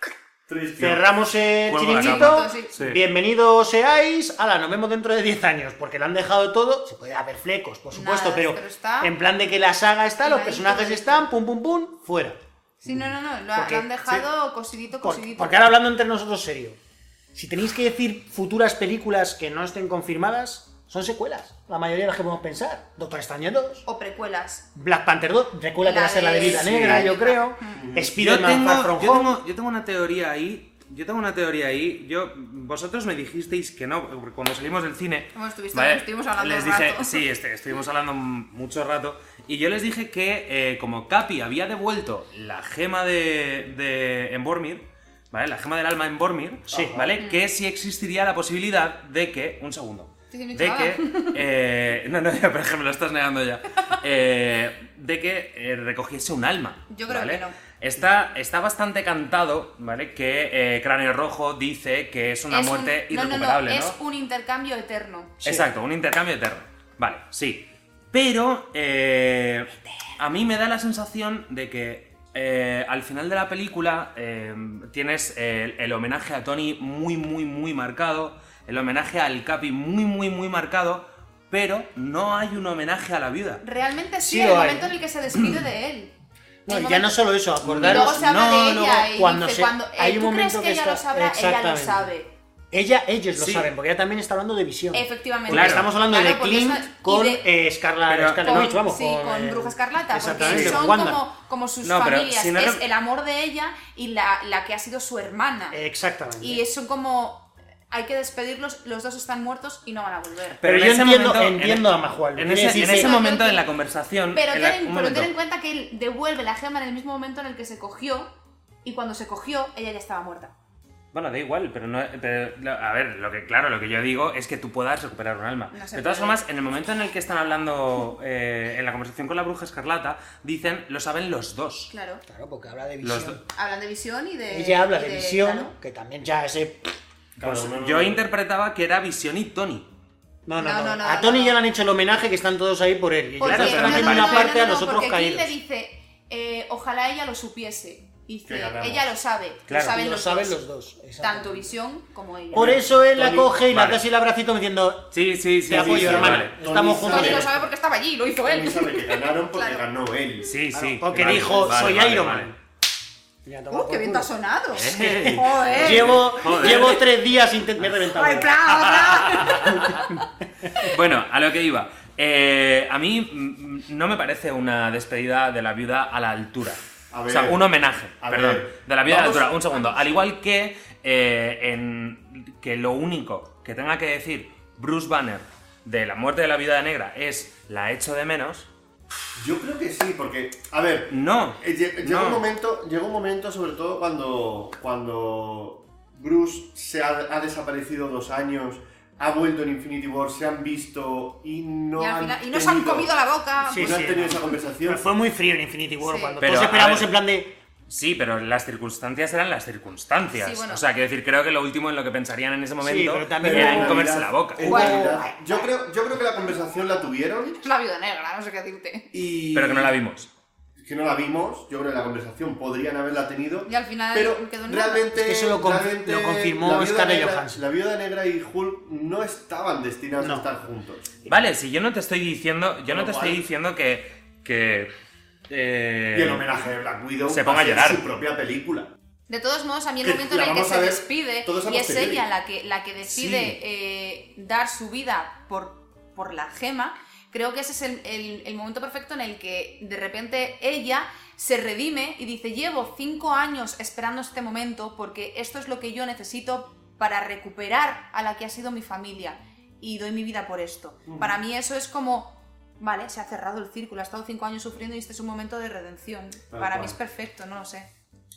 Triste. Cerramos el Cuelgo la chiringuito. cama. Sí. Sí. Bienvenidos seáis. Ala, nos vemos dentro de 10 años, porque lo han dejado todo. Se puede haber flecos, por supuesto, Nada, pero, pero está- en plan de que la saga está, los Hiladito, personajes hiladito. están, pum, pum, pum, fuera. Sí, no, no, no. Lo, ha- Porque- lo han dejado cosidito, Por- cosidito. porque ahora hablando entre nosotros serio, si tenéis que decir futuras películas que no estén confirmadas, son secuelas. La mayoría de las que podemos pensar. Doctor Extraño 2, O precuelas. Black Panther 2, recuerda que La va a ser la de de- Vida Sí. Mm. Negra, yo creo. yo Spider-Man Far tengo, From yo, Home. tengo, yo tengo una teoría ahí. Yo tengo una teoría ahí. Yo, vosotros me dijisteis que no, porque cuando salimos del cine. Bueno, estuviste- estuvimos hablando les un dije, rato. Sí, este, estuvimos hablando m- mucho rato. Y yo les dije que eh, como Capi había devuelto la gema de, de en Bormir, ¿vale? La gema del alma en Bormir, Sí. ¿vale? Que sí existiría la posibilidad de que. Un segundo. Sí, sí, me de clavaba. que eh, no, no, ya, pero es que me lo estás negando ya. Eh, de que eh, recogiese un alma. Yo creo ¿vale? que no. Está, está bastante cantado, ¿vale? Que eh, Cráneo Rojo dice que es una Es un- muerte no, no, no, irrecuperable, ¿no? Es un intercambio eterno. Exacto, un intercambio eterno. Vale, sí. Pero eh, a mí me da la sensación de que eh, al final de la película eh, tienes el, el homenaje a Tony muy, muy, muy marcado, el homenaje al Capi muy, muy, muy marcado, pero no hay un homenaje a la viuda. Realmente sí, Sí el lo hay. momento en el que se despide de él. No, y ya El momento- no solo eso, acordaros. Luego se habla no, de ella luego, y cuando dice, se- cuando, eh, hay un ¿tú momento crees que ella está- lo sabrá? Ella lo Exactamente. sabe. Ella, ellos lo Sí. saben, porque ella también está hablando de visión. Efectivamente. Porque Claro. estamos hablando Claro, de porque Clint eso- y con de- eh, Scarlet, Pero- Scarlet con, Witch, vamos. sí, con, eh, Bruja Escarlata, porque exactamente, son con Wanda. como, como sus No, pero familias, si no es rec- el amor de ella y la, la que ha sido su hermana. Eh, Exactamente. y son como, hay que despedirlos, los dos están muertos y no van a volver. Pero en yo ese entiendo- momento- en- entiendo a Majual, En quiere ese, decir en que- ese Sí, yo momento creo en la que- conversación. Pero, en la- ten, un pero ten en momento. cuenta que él devuelve la gema en el mismo momento en el que se cogió y cuando se cogió ella ya estaba muerta. Bueno, da igual, pero no. pero, lo- a ver, lo que, claro, lo que yo digo es que tú puedas recuperar un alma. No se de todas puede. formas, en el momento en el que están hablando, eh, en la conversación con la bruja escarlata, dicen, lo saben los dos. Claro. Claro, porque habla de Los visión. dos. Hablan de visión y de... Ella habla y de visión, claro. que también ya ese. Claro, Pues no, no, yo no. interpretaba que era Visión y Tony. No, no, No, no. no, no, a Tony no. ya le han hecho el homenaje que están todos ahí por él. Y Porque, claro, no, pero hacen no, una no, parte no, a no, los otros porque Kim caídos. le dice, eh, ojalá ella lo supiese. Y Que Dice, ganamos. ella lo sabe, Claro, lo saben lo los saben dos. los dos. exactamente. Tanto visión como ella. Por eso él la coge y la Vale. casi el abracito diciendo, Sí, sí, sí. Te apoyo, sí, sí, hermana. vale. Estamos Tony juntos. Tony sabe- lo sabe porque estaba allí, lo hizo Tony él. sabe que ganaron porque Claro. ganó él. Sí, sí. porque vale, dijo, vale, soy vale, Iron vale. Man. Mira, toma ¡Uh, por qué bien culo. te ha sonado! Ey. ¡Joder! Llevo, Joder. llevo tres días intentando... Me he reventado. ¡Ay, bravo, bravo! Bueno, a lo que iba. Eh, a mí mm, no me parece una despedida de la viuda a la altura. A o sea, ver. un homenaje, A perdón. ver. De la viuda a la Vamos- altura. Un segundo. Al igual que eh, en que lo único que tenga que decir Bruce Banner de la muerte de la viuda negra es la echo de menos. Yo creo que sí, porque, a ver, No. Eh, lle- Llega no. un momento, llega un momento, sobre todo cuando, cuento Bruce se ha, ha desaparecido dos años, ha vuelto en Infinity War, se han visto y no Y, al han final- y no se han tenido- comido la boca. Sí, no pues- han sí, tenido no. esa conversación. Pero fue muy frío en Infinity War Sí. cuando Pero, todos a esperábamos ver. en plan de... Sí, pero las circunstancias eran las circunstancias. Sí, bueno. O sea, quiero decir, creo que lo último en lo que pensarían en ese momento pero también- Pero era en en comerse la realidad- boca. en Guau. realidad, yo, creo, yo creo que la conversación la tuvieron Es la viuda negra, no sé qué decirte. y... Pero que no la vimos. Que no la vimos, yo creo que la conversación podrían haberla tenido. Y al final Pero quedó en nada. realmente, Es que eso lo con- realmente lo confirmó la viuda Scarlett negra- Johansson. La viuda negra y Hulk no estaban destinados No. a estar juntos. Vale, si yo no te estoy diciendo, yo no No, te estoy vale. diciendo que que eh, Y el homenaje de Black Widow se ponga va a llorar. ser su propia película. De todos modos, a mí el Que momento la en el que vamos se a ver despide todos a y es posteriori. ella la que, la que decide Sí. eh, dar su vida por, por la gema, creo que ese es el, el- el momento perfecto en el que de repente ella se redime y dice, llevo cinco años esperando este momento porque esto es lo que yo necesito para recuperar a la que ha sido mi familia y doy mi vida por esto. Para mí eso es como... Vale, se ha cerrado el círculo, ha estado cinco años sufriendo y este es un momento de redención. Tal Para mí cual. es perfecto, no lo sé.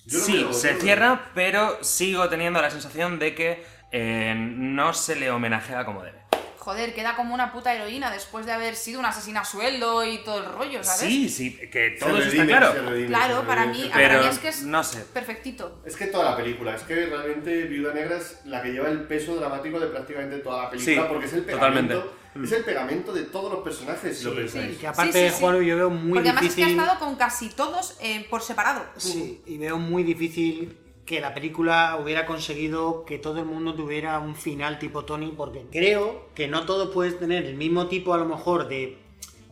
Yo lo sí, veo, yo se lo veo. cierra, pero sigo teniendo la sensación de que eh, no se le homenajea como debe. Joder, queda como una puta heroína después de haber sido una asesina a sueldo y todo el rollo, ¿sabes? Sí, sí, que Se todo eso está redime, se claro. redime, Claro, se para redime, mí- se redime. Pero mí es que es- no sé. Perfectito. Es que toda la película, es que realmente Viuda Negra es la que lleva el peso dramático de prácticamente toda la película, Sí, porque es el totalmente. Mm. pegamento, es el pegamento de todos los personajes, si lo pensáis. Y que aparte Sí, sí, de sí. Juan yo veo muy Porque además es que ha difícil... estado con casi todos eh, por separado. Sí, y veo muy difícil que la película hubiera conseguido que todo el mundo tuviera un final tipo Tony, porque creo que no todos pueden tener el mismo tipo a lo mejor de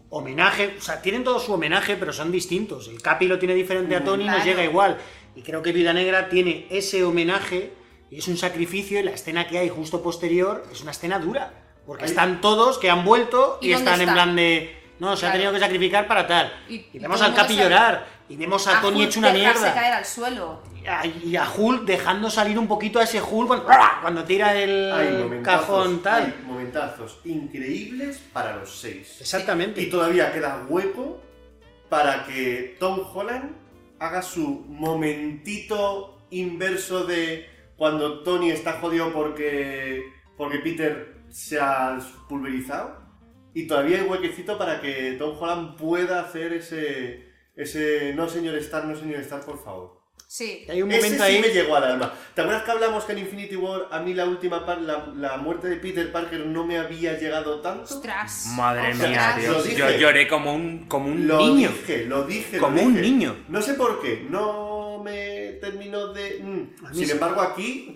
homenaje, o sea, tienen todo su homenaje, pero son distintos. El Capi lo tiene diferente a Tony, Claro. nos llega igual. Y creo que Vida Negra tiene ese homenaje, y es un sacrificio, y la escena que hay justo posterior es una escena dura, porque Ahí- están todos que han vuelto ¿Y y, dónde están en están? plan de... No, se ha Claro. tenido que sacrificar para tal. Y- Y, y vemos todo el al mundo Capi sabe. llorar. Y vemos a, Tony Hulk hecho una dejarse mierda. caer al suelo. A- y a Hulk dejando salir un poquito a ese Hulk cuando, ¡bra! cuando tira Mm, Hay el momentazos, cajón tal. hay momentazos increíbles para los seis. Y Exactamente. todavía queda hueco para que Tom Holland haga su momentito inverso de cuando Tony está jodido porque, porque Peter se ha pulverizado. Y todavía hay huequecito para que Tom Holland pueda hacer ese. ese no, señor Stark, no, señor Stark, por favor. Sí. Hay un Ese momento sí ahí. me llegó al alma. ¿Te acuerdas que hablamos que en Infinity War a mí la última par- la, la muerte de Peter Parker no me había llegado tanto? Ostras. Madre Ostras. mía, Lo Dios. dije. Yo lloré como un, como un Lo niño. dije, lo dije. lo Como un dije. niño. No sé por qué, no me terminó de... mm. A mí Sin sí. embargo, aquí...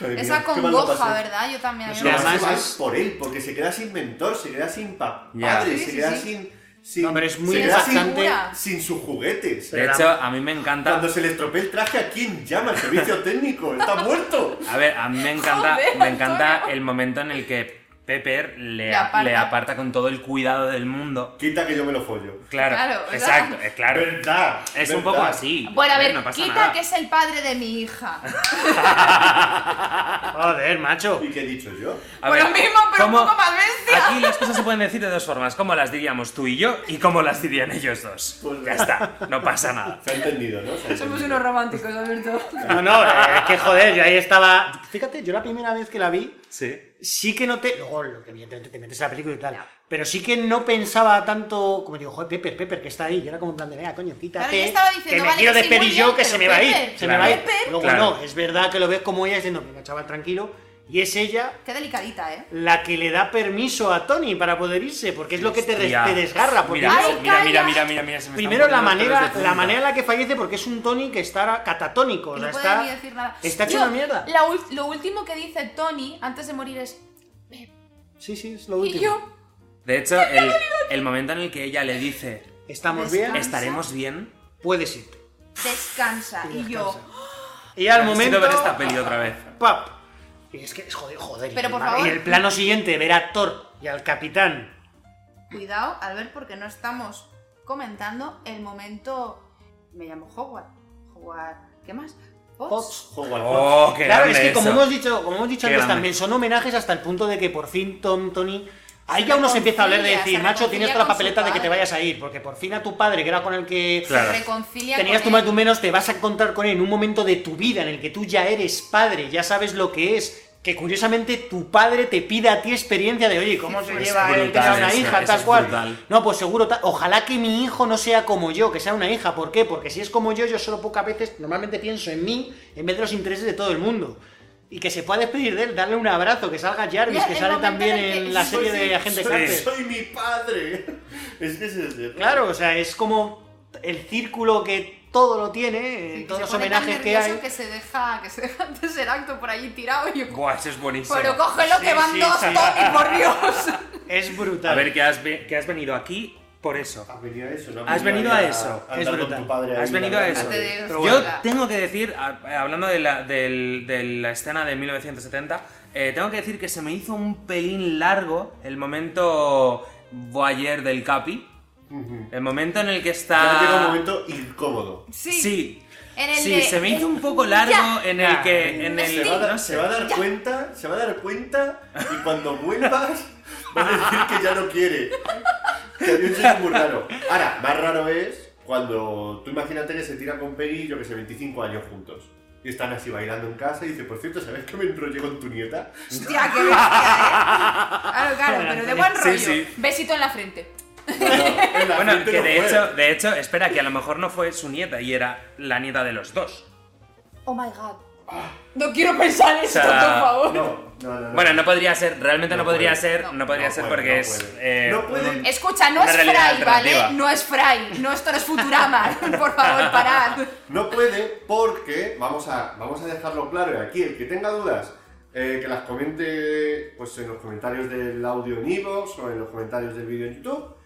Madre mía, Esa qué mal lo congoja, pasé. ¿verdad? Yo también. a mí Lo me Además pasé parece- mal es- por él, porque se queda sin mentor, se queda sin pa- Ya. padre, Sí, se sí, queda sí. sin... sin- No, pero es muy se queda impactante. Sin, sin sus juguetes. De hecho, a mí me encanta. Cuando se le estropea el traje, ¿a quién llama el servicio técnico? ¡Está muerto! A ver, a mí me encanta, Joder, me encanta Antonio. el momento en el que Pepper le, Le aparta. le aparta con todo el cuidado del mundo. Quita que yo me lo follo. Claro, Claro, o sea. exacto, eh, claro. ¿Verdad? Es un ¿verdad? poco así. Bueno, a ver, no pasa quita nada. que es el padre de mi hija. Joder, macho. ¿Y qué he dicho yo? A Por lo mismo, pero un ¿cómo- poco más bestia. Aquí las cosas se pueden decir de dos formas, como las diríamos tú y yo y como las dirían ellos dos. Pues ya está, no pasa nada. Se ha entendido, ¿no? Se ha Somos entendido. unos románticos, Alberto. No, no, eh, es que joder, yo ahí estaba. Fíjate, yo la primera vez que la vi, Sí. sí que no te. Luego, lo que evidentemente te metes en la película y tal. Pero sí que no pensaba tanto. Como digo, joder, Pepper, Pepper, que está ahí. Yo era como en plan de, venga, coño, quítate. Claro, yo estaba diciendo, que me vale, quiero que sí, despedir muy yo, bien, que se pero me va a ir. Pepper, Se me va a ir. Claro, Luego, claro. no, es verdad que lo ves como ella diciendo, venga, chaval, tranquilo. Y Y es ella Qué delicadita, ¿eh? la que le da permiso a Tony para poder irse, porque es lo que te, des- Hostia. te desgarra. Porque mira, ¡Ay, mira, mira, calla! mira, mira, mira, se me primero la están poniendo los manera, pelos de la punta. manera en la que fallece, porque es un Tony que está catatónico. o Y sea, no puede está, ni decir nada. está hecho Yo, una mierda. la ul- lo último que dice Tony antes de morir es. Sí, sí, es lo Y último. yo. De hecho, el, el momento en el que ella le dice, Estamos bien, Descansa. estaremos bien. puedes irte. Descansa. Y yo. Y al Necesito momento. ver esta peli otra vez. ¡Pap! Y es que, joder, joder. y Pero, el por mar- favor. Y el plano siguiente, ver a Thor y al capitán. Cuidado, al ver porque no estamos comentando el momento. Me llamo Howard. Howard. ¿Qué más? Potts. Pops. Hogwarts. Oh, qué Claro, es grande que como eso. hemos dicho, como hemos dicho Qué antes, grande. también son homenajes hasta el punto de que por fin Tom, Tony. Ahí Se ya uno se reconcilia, empieza a hablar de se decir, macho, reconcilia tienes toda la con su papeleta de que te padre". vayas a ir, porque por fin a tu padre, que era con el que Claro. Se reconcilia tenías con tu más él. tu menos, te vas a encontrar con él en un momento de tu vida en el que tú ya eres padre, ya sabes lo que es. Que curiosamente tu padre te pida a ti experiencia de, oye, ¿cómo se Es lleva él? Que brutal sea una eso, hija, eso tal es cual. brutal. No, pues seguro, tal. ojalá que mi hijo no sea como yo, que sea una hija. ¿Por qué? Porque si es como yo, yo solo pocas veces, normalmente pienso en mí, en vez de los intereses de todo el mundo. Y que se pueda despedir de él, darle un abrazo, que salga Jarvis, Ya, que el sale momento también en el que- en la sí, serie Soy- de Agente soy- Carter. Soy mi padre. Es que se se- Claro, o sea, es como el círculo que todo lo tiene, Sí, en que todos se los pone tan homenajes que nervioso hay. Que se deja, que se deja antes el acto por allí tirado y yo. Buah, eso es buenísimo. Pero cógelo que Sí, van sí, dos, sí. Tony, por Dios. Es brutal. A ver, que has, ve- que has venido aquí por eso. Has venido a eso. no Has venido a eso, andar es con brutal. tu padre Has ahí, venido la a verdad. eso. Te digo, Pero sí, yo la- tengo que decir, a- eh, hablando de la, del- de la escena de 1970, eh, tengo que decir que se me hizo un pelín largo el momento voyeur del Capi. Ujú. El momento en el que Ahora está... llega un momento incómodo. Sí. Sí, En el sí, de- se me hizo un poco largo Ya. en el que... En Se el, va, a dar- no se sé. va a dar cuenta, se va a dar cuenta y cuando vuelvas va a decir que ya no quiere. Que había un sitio muy raro. Ahora, más raro es cuando tú imagínate que se tira con Peggy, yo que sé, 25 años juntos. Y están así bailando en casa y dice, por cierto, ¿sabes que me enrollé con tu nieta? Hostia, qué bestia, ¿eh? Claro, claro, pero de buen Sí, rollo. sí. Besito en la frente. Bueno, en la Bueno, frente que no de fue. hecho, de hecho, espera, que a lo mejor no fue su nieta y era la nieta de los dos. Oh my god. No quiero pensar en esto, sea, por favor. No, no, no, no. Bueno, no podría ser, realmente no, No podría puede. ser, no, No. podría No ser puede, porque no es... puede. eh, No puede. Escucha, no Una es realidad Fry, ¿vale? alternativa. No es Fry. No, esto no es Futurama. Por favor, parad. No puede porque, vamos a, vamos a dejarlo claro, y aquí el que tenga dudas, eh, que las comente pues, en los comentarios del audio en iVoox o en los comentarios del vídeo en YouTube,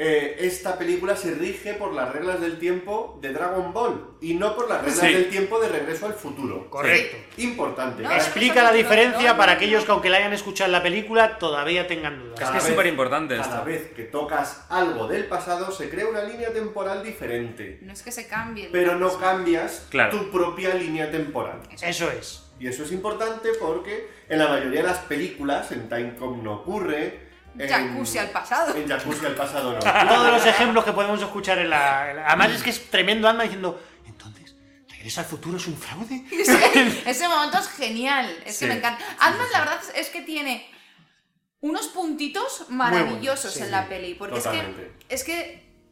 eh, esta película se rige por las reglas del tiempo de Dragon Ball y no por las reglas Sí. del tiempo de Regreso al Futuro. Correcto. Importante. No, Cada- es- Explica la diferencia No, no, para no. aquellos que aunque la hayan escuchado en la película todavía tengan dudas. Es cada que es vez- superimportante Cada esto. vez que tocas algo del pasado se crea una línea temporal diferente, No es que se cambie. pero no cambias Claro. tu propia línea temporal. Eso es. Y eso es importante porque en la mayoría de las películas, en Timecom no ocurre. En Jacuzzi al pasado. En Jacuzzi al pasado no. Todos los ejemplos que podemos escuchar en la... en la- Mm. Además es que es tremendo Anda diciendo, entonces, ¿Regreso al futuro es un fraude? Ese, ese momento es genial. Es Sí. que me encanta. Ant-Man, la verdad, es que tiene unos puntitos maravillosos sí, en la peli. Porque es que, Totalmente. es que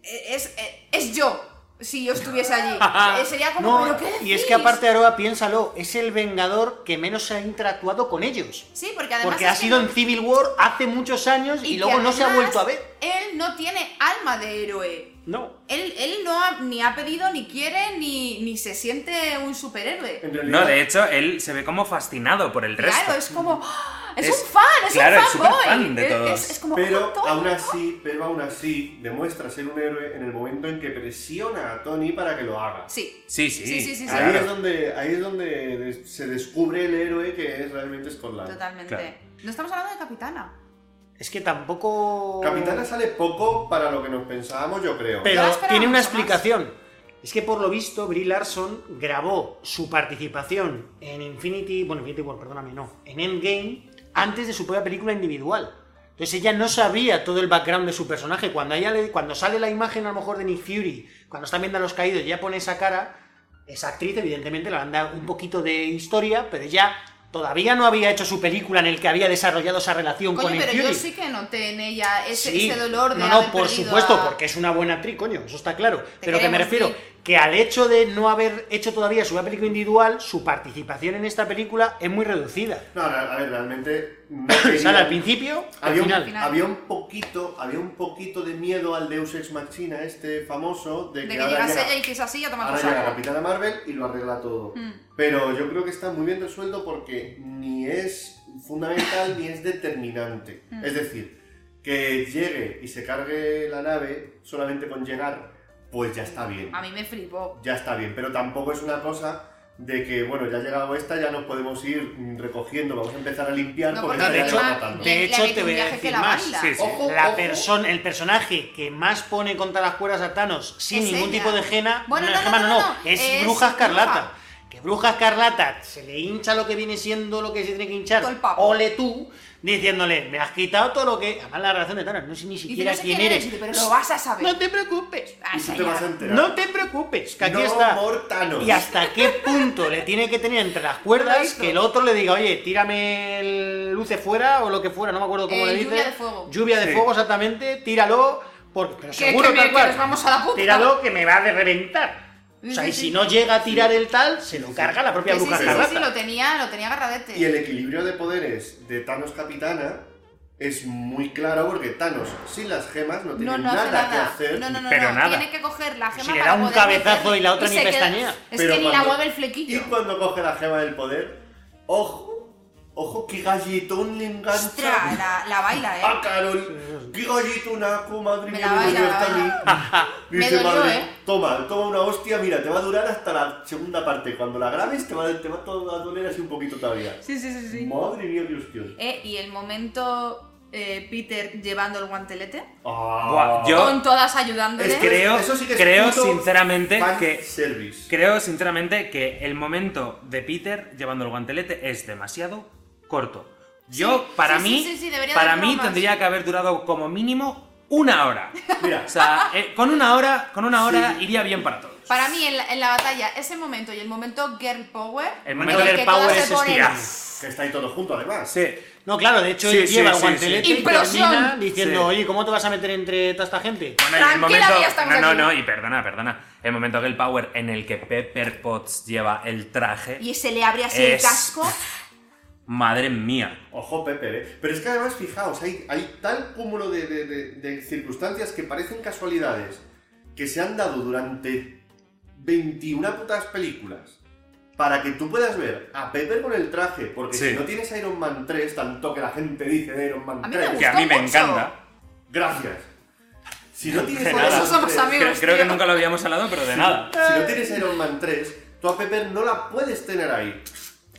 eh, es, es yo si yo estuviese allí. Eh, Sería como. No, ¿pero qué y es que decís? aparte Aroa, piénsalo, es el vengador que menos se ha interactuado con ellos. Sí, porque además. Porque es ha que sido no- en Civil War hace muchos años y, que luego no se ha además vuelto a ver. Él no tiene alma de héroe. No. Él, él no ha- ni ha pedido, ni quiere, ni, ni se siente un superhéroe. En realidad, No, de hecho, él se ve como fascinado por el resto. Claro, es como. ¡ah! Es, Es- un fan, es claro, es un fanboy. superfan de Es- es- todos. es como, pero ¡ah, Tony! aún así, pero aún así demuestra ser un héroe en el momento en que presiona a Tony para que lo haga. Sí. Sí, sí, Sí, sí, sí, sí. Ahí claro. es donde, ahí es donde des- se descubre el héroe que es realmente Scott Lang. Totalmente. Claro. No estamos hablando de Capitana. Es que tampoco... Capitana sale poco para lo que nos pensábamos, yo creo. Pero Yo esperaba tiene una mucho más. explicación. Es que por lo visto Brie Larson grabó su participación en Infinity, bueno, Infinity War, perdóname, no, en Endgame antes de su propia película individual. Entonces ella no sabía todo el background de su personaje. Cuando, a ella le- cuando sale la imagen a lo mejor de Nick Fury, cuando están viendo a los caídos, ya pone esa cara, esa actriz evidentemente le han dado un poquito de historia, pero ella todavía no había hecho su película en el que había desarrollado esa relación Coño, con Nick pero Fury. yo sí que noté en ella ese, Sí. ese dolor de. No, no, haber por perdido supuesto, a- porque es una buena actriz, coño, eso está claro. Pero que me queremos, refiero Bri. que al hecho de no haber hecho todavía su película individual, su participación en esta película es muy reducida. No, a a ver, realmente. no Sale al querían- principio, al había, final. Un, Final. había un poquito, había un poquito de miedo al Deus Ex Machina, este famoso, de De que, que ahora, llegase llega, ella y hiciese así y a tomar ahora por llega saco. Capitana Marvel y lo arregla todo. Mm. Pero yo creo que está muy bien resuelto porque ni es fundamental ni es determinante. Mm. Es decir, que llegue y se cargue la nave solamente con llegar, pues ya está bien. A mí me flipó. Ya está bien, pero tampoco es una cosa de que, bueno, ya ha llegado esta, ya nos podemos ir mm, recogiendo, vamos a empezar a limpiar No, porque porque ya de la hecho- llevan matando. de le- le hecho, habéis te voy a viaje decir que la más. banda. Sí, sí. Ojo, La ojo. persona, el personaje que más pone contra las cuerdas a Thanos sin Es ningún ella. tipo de gena, Bueno, no, no, es no, gema, no, no, no. es, Es Bruja Escarlata. bruja. Que Bruja Escarlata se le hincha lo que viene siendo lo que se tiene que hinchar. Todo el papo. Ole tú, diciéndole, me has quitado todo lo que. Además, la relación de Thanos, no sé ni Dice, no siquiera sé quién quién eres. eres, dice, pero lo vas a saber. No te preocupes. Ah, Y tú esa te ya. vas a enterar. No te preocupes, que aquí No está. more Thanos. ¿Y hasta qué punto le tiene que tener entre las No lo cuerdas hizo. que el otro le diga, oye, tírame el luce fuera o lo que fuera, no me acuerdo cómo Eh, le dice? lluvia de fuego. Lluvia de Sí. fuego, exactamente, tíralo, porque pero Que- seguro que me- tal que cual. nos vamos a la puta. Tíralo que me va a de reventar. O sea, Sí, y sí, si sí. no llega a tirar el tal, se lo carga la propia Que sí, bruja sí, sí, escarlata. sí, lo tenía, lo tenía agarradete. Y el equilibrio de poderes de Thanos Capitana es muy claro porque Thanos sin las gemas no tiene no, no hace nada, nada. que hacer. no, no, no, pero no, nada. Tiene que coger la gema Si le para da un poder cabezazo meterle y la otra ni se queda- pestañea. Es Pero que ni la cuando- mueve el flequillo. Y cuando coge la gema del poder, ojo, ojo, qué galletón le engancha. Ostras, la, la baila, ¡Ah, eh. Carol! ¡Qué galletonaco, madre Me mía! la no me baila, hasta la a mí. Me Dice, dolió, madre, ¿eh? toma, toma una hostia, mira, te va a durar hasta la segunda parte. Cuando la grabes te va, te va todo a doler así un poquito todavía. Sí, sí, sí, sí. Madre mía, qué hostión. Eh, y el momento eh, Peter llevando el guantelete. Ah. Buah, yo- Con todas ayudándole. Es que- Creo, eso sí que es creo puto sinceramente Fan que service. creo sinceramente que el momento de Peter llevando el guantelete es demasiado corto. Yo Sí, para sí, mí sí, sí, sí, debería para haber mí durado más. tendría que haber durado como mínimo una hora. Mira, O sea, eh, con una hora con una hora iría bien para todos. Para mí, en la, en la batalla, ese momento y el momento Girl Power. El en momento el Girl que Power todas es se ponen- estirar. que estáis todos juntos además. Sí. No, claro, de hecho Sí, él sí, lleva el sí, guantelete sí. y termina Implosión. diciendo, Sí. oye, ¿cómo te vas a meter entre toda esta gente? Bueno, y el Tranquila, momento- que ya estamos no, no, aquí. no, y perdona, perdona. El momento que el power en el que Pepper Potts lleva el traje, Y se le abre así el Es- casco. madre mía. Ojo, Pepe, ¿eh? Pero es que además, fijaos, hay, hay tal cúmulo de, de- de- de circunstancias que parecen casualidades que se han dado durante 21 putas películas para que tú puedas ver a Pepper con el traje, porque Sí. si no tienes Iron Man 3, tanto que la gente dice de Iron Man A mí me 3, gustó que a mí me mucho. encanta. gracias. Si no tienes De Iron nada. Man Por eso somos 3, amigos. Creo, creo que tío. nunca lo habíamos hablado, pero de nada. si no tienes Iron Man 3, tú a Pepper no la puedes tener ahí.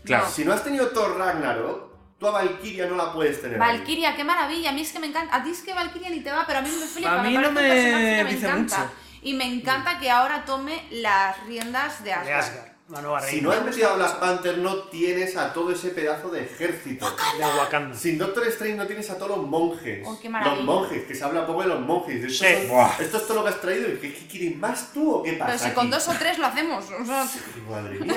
Claro. No. Si no has tenido Thor Ragnarok, tú a Valkyria no la puedes tener ahí. Valkyria, qué maravilla. A mí es que me encanta. A ti es que Valkyria ni te va, pero a mí me flipa. A mí me no parece un personaje me que me dice encanta. mucho. Y me encanta que ahora tome las riendas de De Asgard. Asgard, la nueva Si no reina has metido a Black Panther, no tienes a todo ese pedazo de ejército. de Wakanda. Sin Doctor Strange no tienes a todos los monjes. Oh, qué maravilla. los monjes, que se habla poco de los monjes. Esto, Sí. son- Buah. esto es todo lo que has traído. ¿Qué, qué quieres más tú o qué pasa? Pero si con aquí? dos o tres lo hacemos. o sea, Madre mía,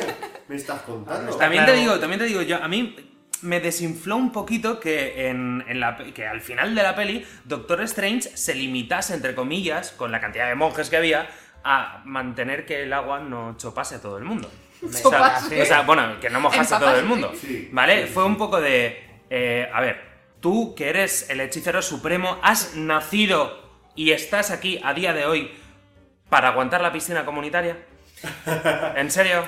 me estás contando. También Claro. te digo, también te digo yo, a mí me desinfló un poquito que, en, en la, pe- que al final de la peli Doctor Strange se limitase, entre comillas, con la cantidad de monjes que había, a mantener que el agua no chopase a todo el mundo. O sea, Chopase. O sea, bueno, que no mojase a todo Empapase. el mundo. Sí. ¿Vale? Fue un poco de... eh, a ver, tú que eres el hechicero supremo, has nacido y estás aquí a día de hoy para aguantar la piscina comunitaria. ¿En serio?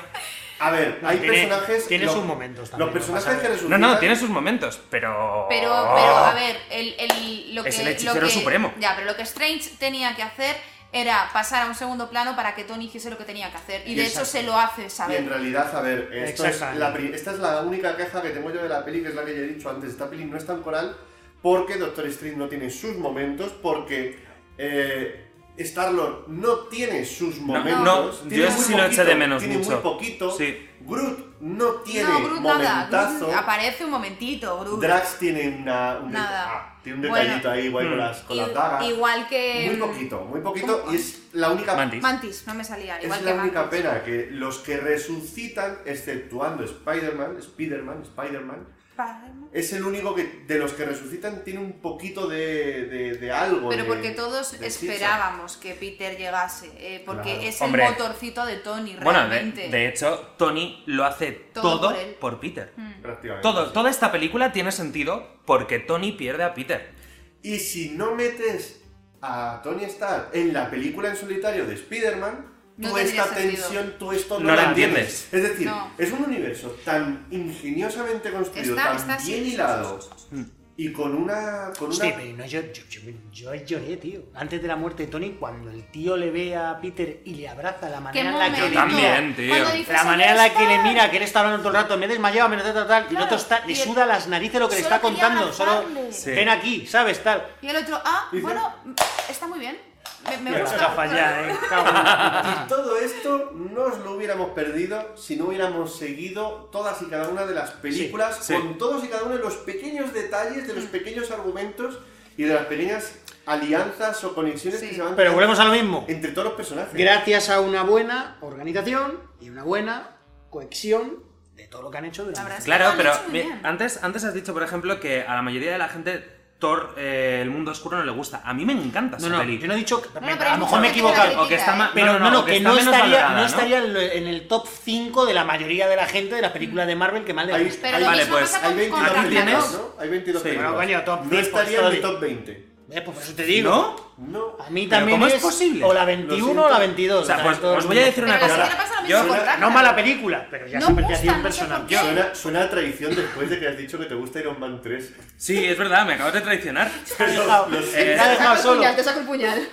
A ver, hay Tiene- personajes. tiene los- sus momentos también, Los personajes no pasa que nada. No, resucitan. no, tiene sus momentos, pero... Pero, Oh. pero, a ver, el, el- lo que. Es el lo hechicero que- supremo. Ya, pero lo que Strange tenía que hacer era pasar a un segundo plano para que Tony hiciese lo que tenía que hacer. Y de hecho Exacto. se lo hace, Y en ¿sabes? realidad, a ver, esto es Exactamente. la pri- esta es la única queja que tengo yo de la peli, que es la que ya he dicho antes. Esta peli no es tan coral porque Doctor Strange no tiene sus momentos, porque eh, Star-Lord no tiene sus momentos. no, tiene yo muy sí lo eché de menos Tiene muy mucho. poquito. Sí. Groot no tiene no, Groot nada. momentazo. Groot aparece un momentito, Groot. Drax tiene, una, un, de- Nada. ah, tiene un Bueno. detallito ahí igual con Mm. las, con I- las dagas. Igual que. muy poquito, muy poquito. Y es la única Mantis. Mantis, no me salía. Igual es que la única Mantis. pena que los que resucitan, exceptuando Spider-Man, Spider-Man, Spider-Man, es el único que de los que resucitan tiene un poquito de, de- de algo. Pero de- porque todos de Sisa. esperábamos que Peter llegase, eh, porque Claro. es el Hombre. motorcito de Tony Bueno, de, realmente. de hecho, Tony lo hace Todo todo, por él. por, Peter. Prácticamente. Todo, toda esta película tiene sentido porque Tony pierde a Peter. Y si no metes a Tony Stark en la película en solitario de Spider-Man, No tú tendría esta sentido. tensión, tú esto no, No la tienes. Es decir, No. es un universo tan ingeniosamente construido, Está- tan está así. bien hilado y con una. Con Sí, una... pero no, yo, yo, yo, yo lloré, tío. Antes de la muerte de Tony, cuando el tío le ve a Peter y le abraza la manera ¿Qué en la momento? que le también, mira. tío. Cuando dices, La manera en la que le "Señor mira, que él está hablando todo el rato, me he desmayado, me he tal, tal, tal, y el Claro, otro está, le y el- suda las narices lo que le solo está quería contando, solo abrazarle. Sí. ven aquí, ¿sabes? Tal. Stark". Y el otro, ah, Dice- bueno, está muy bien. Me, me Pero gusta. la falla, ¿eh? Cago en la puta. Y todo esto no os lo hubiéramos perdido si no hubiéramos seguido todas y cada una de las películas Sí, sí. con todos y cada uno de los pequeños detalles, Mm. de los pequeños argumentos y de las pequeñas alianzas o conexiones Sí. que se van Pero volvemos a lo mismo. entre todos los personajes. Gracias a una buena organización y una buena cohesión de todo lo que han hecho La durante este verdad es que lo Claro, han pero hecho muy mi- bien. antes, antes has dicho, por ejemplo, que a la mayoría de la gente Thor, eh, el mundo oscuro, no le gusta. A mí me encanta esa No, no, peli. yo no he dicho. que- No, no, pero a hay lo mejor me he mucha gente que la equivocado. critica, O que está ¿eh? ma- Pero no, no, o que, está no menos estaría, valorada, no estaría en lo- en el top 5 de la mayoría de la gente de las películas de Marvel que más le Ahí- gusta. Pero Hay- lo vale, mismo pues, pasa Hay con, con 22 ¿no Ragnarok. tienes? películas, ¿no? Hay 22 Sí, películas. pero coño, top no 10, estaría pues, en mi todo top 20. Eh, pues por eso te ¿Sí, digo. ¿No? No. A mí ¿Pero también cómo es posible? O la 21 o la 22. O sea, la pues, todo el os voy a mundo. decir una Pero cosa. si no pasa lo Yo- mismo con Ragnarok. No mala película, pero ya No se pertenece gusta, a un no sé por personaje. qué. Suena, suena a traición después de que has dicho que te gusta Iron Man 3. Sí, es verdad, me acabas de traicionar. Te ha dejado- Eh, te ha dejado Saco el solo. puñal, te saco el puñal.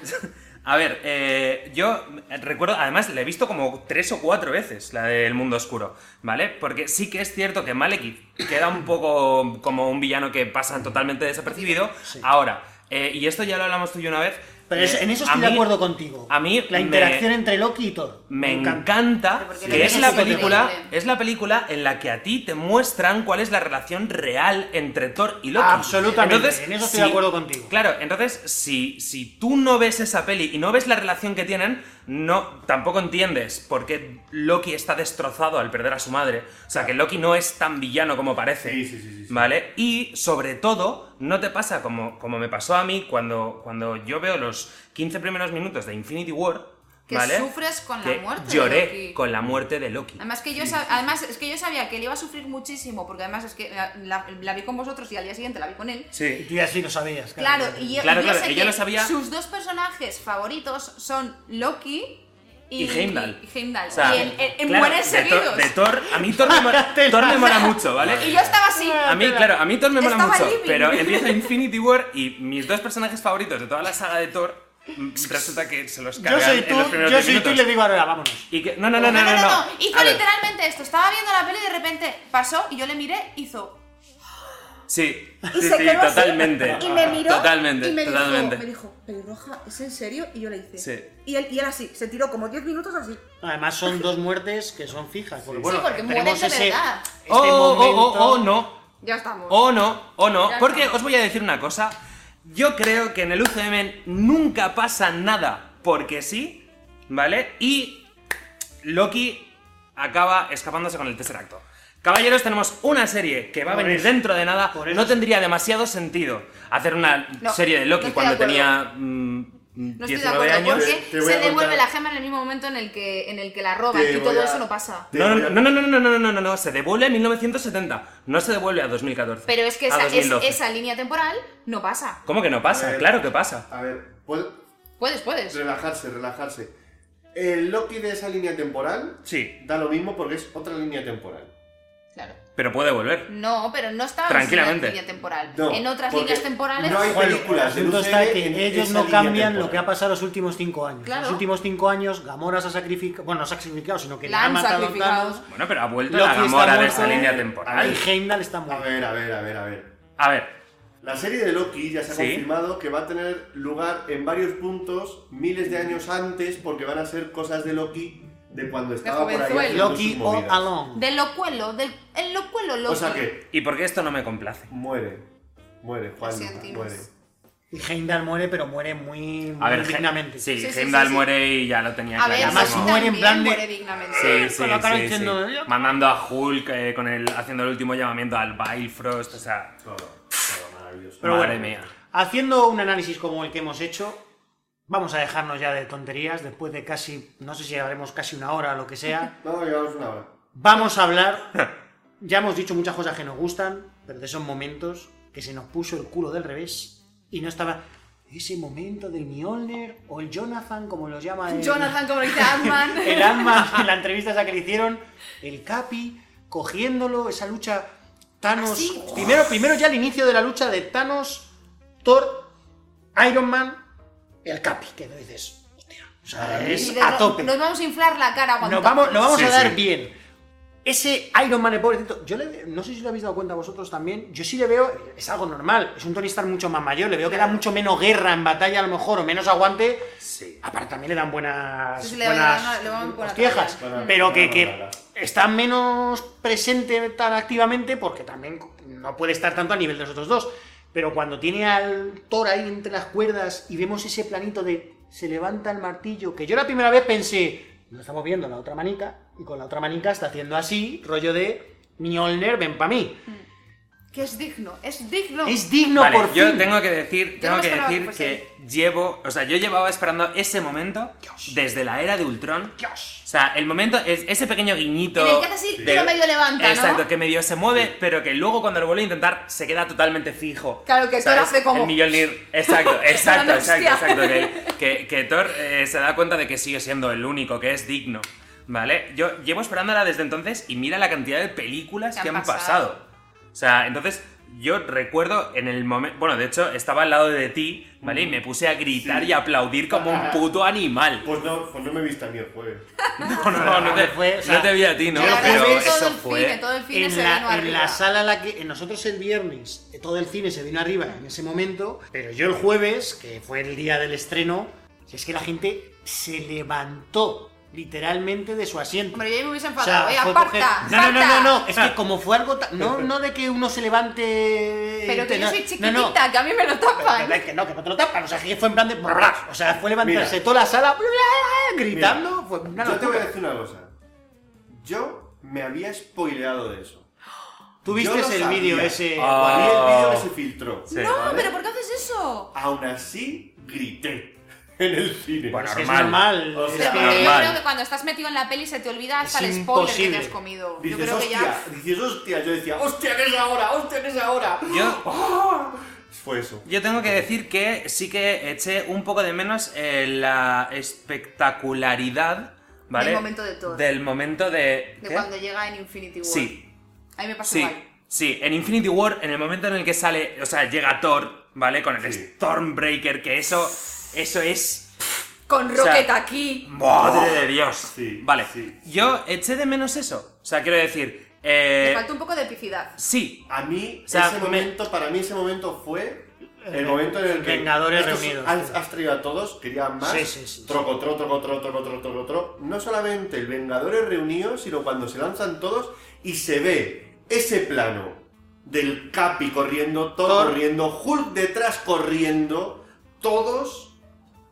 A ver, eh, yo recuerdo, además la he visto como tres o cuatro veces, la del mundo oscuro, ¿vale? Porque sí que es cierto que Malekith queda un poco como un villano que pasa totalmente desapercibido. Ahora, eh, y esto ya lo hablamos tú y yo una vez. Pero eh, es- en eso a estoy de mí- acuerdo contigo. a mí La me- interacción entre Loki y Thor. Me encanta. encanta Porque le que es ves la así como película, increíble. es la película en la que a ti te muestran cuál es la relación real entre Thor y Loki. Absolutamente, Entonces, en eso estoy si- de acuerdo contigo. Claro, entonces si, si tú no ves esa peli y no ves la relación que tienen, no tampoco entiendes por qué Loki está destrozado al perder a su madre. O sea, que Loki no es tan villano como parece. Sí, sí, sí, sí, sí. ¿Vale? Y sobre todo, no te pasa como, como me pasó a mí cuando, cuando yo veo los 15 primeros minutos de Infinity War. Que ¿vale? sufres con la que muerte de Lloré Loki. con la muerte de Loki. Además, que yo sab- además es que yo sabía que él iba a sufrir muchísimo, porque además es que la, la- la vi con vosotros y al día siguiente la vi con él. Y Sí. tú ya sí lo sabías. Claro, y yo, Claro, y yo claro, sé ella que lo sabía. sus dos personajes favoritos son Loki y, Y Heimdall. Y, Heimdall. O sea, Y en, en- en claro, mueren de Thor- seguidos. De Thor, a mí Thor me, mola, Thor me mola mucho, ¿vale? y yo estaba así. A mí, claro, a mí Thor me mola Estaba mucho, living. pero empieza Infinity War y mis dos personajes favoritos de toda la saga de Thor mm, resulta que se los Yo cargan soy en los tú, primeros yo 10 soy tú y minutos. le digo ahora, vámonos. Y que- no, no, no, no, no, no. Hizo A ver, literalmente esto. Estaba viendo la peli y de repente pasó y yo le miré, hizo. Sí, Y sí, se sí, quedó así, totalmente. Y me miró. Totalmente, y me totalmente. Dijo, me dijo, pelirroja, ¿es en serio? Y yo le hice. Sí. Y, él, y él así, se tiró como 10 minutos así. Además son dos muertes que son fijas. Porque, bueno, porque mueren tenemos de ese, verdad. este Oh, oh, momento- oh, oh, no. Ya estamos. O no, o no, Ya porque está. os voy a decir una cosa. Yo creo que en el UCM nunca pasa nada porque sí, ¿vale? Y Loki acaba escapándose con el tercer acto. Caballeros, tenemos una serie que va a Por venir eso. dentro de nada. Por eso. No tendría demasiado sentido hacer una No, serie de no Loki estoy cuando de tenía acuerdo. mm, No estoy de 19 acuerdo años. porque Te voy a se devuelve contar. la gema en el mismo momento en el que, en el que la roban Te y voy todo a- eso no pasa. Te No, voy a- no, no, no, no, no, no, no, no, no, se devuelve a 1970, no se devuelve a 2014. Pero es que a esa, es- 2012. esa línea temporal no pasa. ¿Cómo que no pasa? Eh, Claro que pasa. A ver, ¿puedo Puedes, puedes. relajarse, relajarse? El Loki de esa línea temporal Sí, da lo mismo porque es otra línea temporal. Claro. pero puede volver. No, pero no estaba en Tranquilamente. esa línea temporal. No, en otras porque líneas temporales. no hay Bueno, el películas del asunto está UCM que en ellos esa no línea cambian temporal. lo que ha pasado los últimos cinco años. Claro. Los últimos cinco años, Gamora se ha sacrificado, bueno, no se ha sacrificado, sino que La le ha han matado a sacrificado. Thanos, Bueno, pero ha vuelto Loki la está Gamora de muerto. eh, esa línea y temporal. Heimdall está A muerto. ver, a ver, a ver, a ver. A ver, La serie de Loki ya se ha Sí. confirmado que va a tener lugar en varios puntos miles de años antes porque van a ser cosas de Loki de cuando estaba por ahí. jovenzuelo. haciendo sus Loki all movidas. alone. Del locuelo, del el locuelo loco. O sea que ¿y por qué esto no me complace? muere, muere, Juan, sentimos. muere. Y Heimdall muere, pero muere muy, A ver, muy He- dignamente. Sí, Sí, sí, Heimdall sí, sí. muere y ya lo tenía A ver, además clarísimo. muere en plan de- dignamente. Sí, sí, Con la cara sí, diciendo, sí. "Yo-". Mandando a Hulk eh, con el, haciendo el último llamamiento al Bifrost, o sea, Todo, todo maravilloso. Pero madre bueno. mía. Haciendo un análisis como el que hemos hecho, vamos a dejarnos ya de tonterías después de casi, no sé si llevaremos casi una hora o lo que sea. No, llevamos una hora. Vamos a hablar. Ya hemos dicho muchas cosas que nos gustan, pero de esos momentos que se nos puso el culo del revés y no estaba ese momento del Mjolnir o el Jonathan, como lo llama el, Jonathan, como lo dice Ant-Man. el alma en la entrevista esa que le hicieron, el Capi cogiéndolo, esa lucha Thanos. Así. Primero, primero ya el inicio de la lucha de Thanos, Thor, Iron Man, el Capi, que tú dices, hostia, o sea, Y es de- a tope. Nos vamos a inflar la cara cuando. Nos vamos, nos vamos Sí, a dar sí. bien. Ese Iron Man, el pobrecito, yo le, no sé si lo habéis dado cuenta vosotros también, yo sí le veo, es algo normal, es un Tony Stark mucho más mayor, le veo que da mucho menos guerra en batalla a lo mejor, o menos aguante, Sí. Aparte también le dan buenas, Sí, sí, le buenas dan- le dan buena hostiejas, talla. Buena- pero que, buena que talla. está menos presente tan activamente porque también no puede estar tanto a nivel de los otros dos. Pero cuando tiene al Thor ahí entre las cuerdas y vemos ese planito de se levanta el martillo, que yo la primera vez pensé, no estamos viendo la otra manica, y con la otra manica está haciendo así, rollo de Mjolnir, ven para mí. Que es digno, es digno. Es digno Vale, por yo fin. tengo que decir, tengo no que esperaba que decir fuese que llevo, o sea, yo llevaba esperando ese momento desde la era de Ultron. Dios. O sea, el momento es ese pequeño guiñito. En el que hace así, pero medio levanta, ¿no? Exacto, que medio se mueve, pero que luego cuando lo vuelve a intentar se queda totalmente fijo. Claro, que Thor ¿Sabes? hace como- El Mjolnir. Exacto, exacto, Dando exacto, hostia. exacto. Que, que- que Thor eh, se da cuenta de que sigue siendo el único, que es digno. ¿Vale? Yo llevo esperándola desde entonces y mira la cantidad de películas Que que han han, pasado. pasado. O sea, entonces yo recuerdo en el momento. Bueno, de hecho, estaba al lado de ti, ¿vale? Y me puse a gritar y a aplaudir como un puto animal. Pues no, pues no me viste a mí el jueves. Ah. No, no, no te, Fue, o sea, no te vi a ti, ¿no? Claro, Pero todo eso el fue. cine, todo el cine en se la, vino en arriba. la sala en la que en nosotros el viernes eh, todo el cine se vino arriba en ese momento, pero yo el jueves, que fue el día del estreno, es que la gente se levantó literalmente de su asiento. Hombre, yo ahí me hubiese O sea, enfadado, ¿eh? fue Aparta, coger- no, no, no, aparta. no, no, es que como fue algo tan... No, no de que uno se levante... Pero que yo no, soy no, chiquitita, ¿eh? no. que a mí me lo Pero, tapan. pero es que no, que no te lo tapan, o sea, que fue en plan de... O sea, fue levantarse Mira. toda la sala gritando, Mira, fue una Yo te voy locura. a decir una cosa. Yo me había spoileado de eso. Tú Yo viste lo el sabía. vídeo ese... Ah. A mí el vídeo Oh. que se filtró. Sí. no, ¿vale? pero ¿por qué haces eso? Aún así, grité en el cine. Bueno, Es que es normal. normal. O es sea, que- pero yo normal. creo que cuando estás metido en la peli se te olvida hasta Es el spoiler que te imposible. has comido. yo Dices, creo que hostia, ya. dices, hostia. Yo decía, hostia, que es ahora, hostia, que es ahora. Yo, Fue eso. Yo tengo que decir que sí que eché un poco de menos eh, la espectacularidad, ¿vale? Del momento de Thor. Del momento de... De ¿qué? cuando llega en Infinity War. Sí, A mí me pasó sí, igual. sí. En Infinity War, en el momento en el que sale, o sea, llega Thor, ¿vale? Con el Sí. Stormbreaker, que eso, eso es... Con O sea, Rocket aquí. Madre de Dios. Sí, vale, sí, yo eché de menos eso. O sea, quiero decir... eh, Me falta un poco de epicidad. sí, A mí, O sea, ese me- momento, para mí ese momento fue el momento en el que... Vengadores estos reunidos. Has, has traído a todos, querían más. Sí, sí, sí. Troco, tro, troco, tro, troco, tro, troco, tro. No solamente el Vengadores reunidos, sino cuando se lanzan todos y se ve ese plano del Capi corriendo, Thor Thor. corriendo, Hulk detrás corriendo, todos...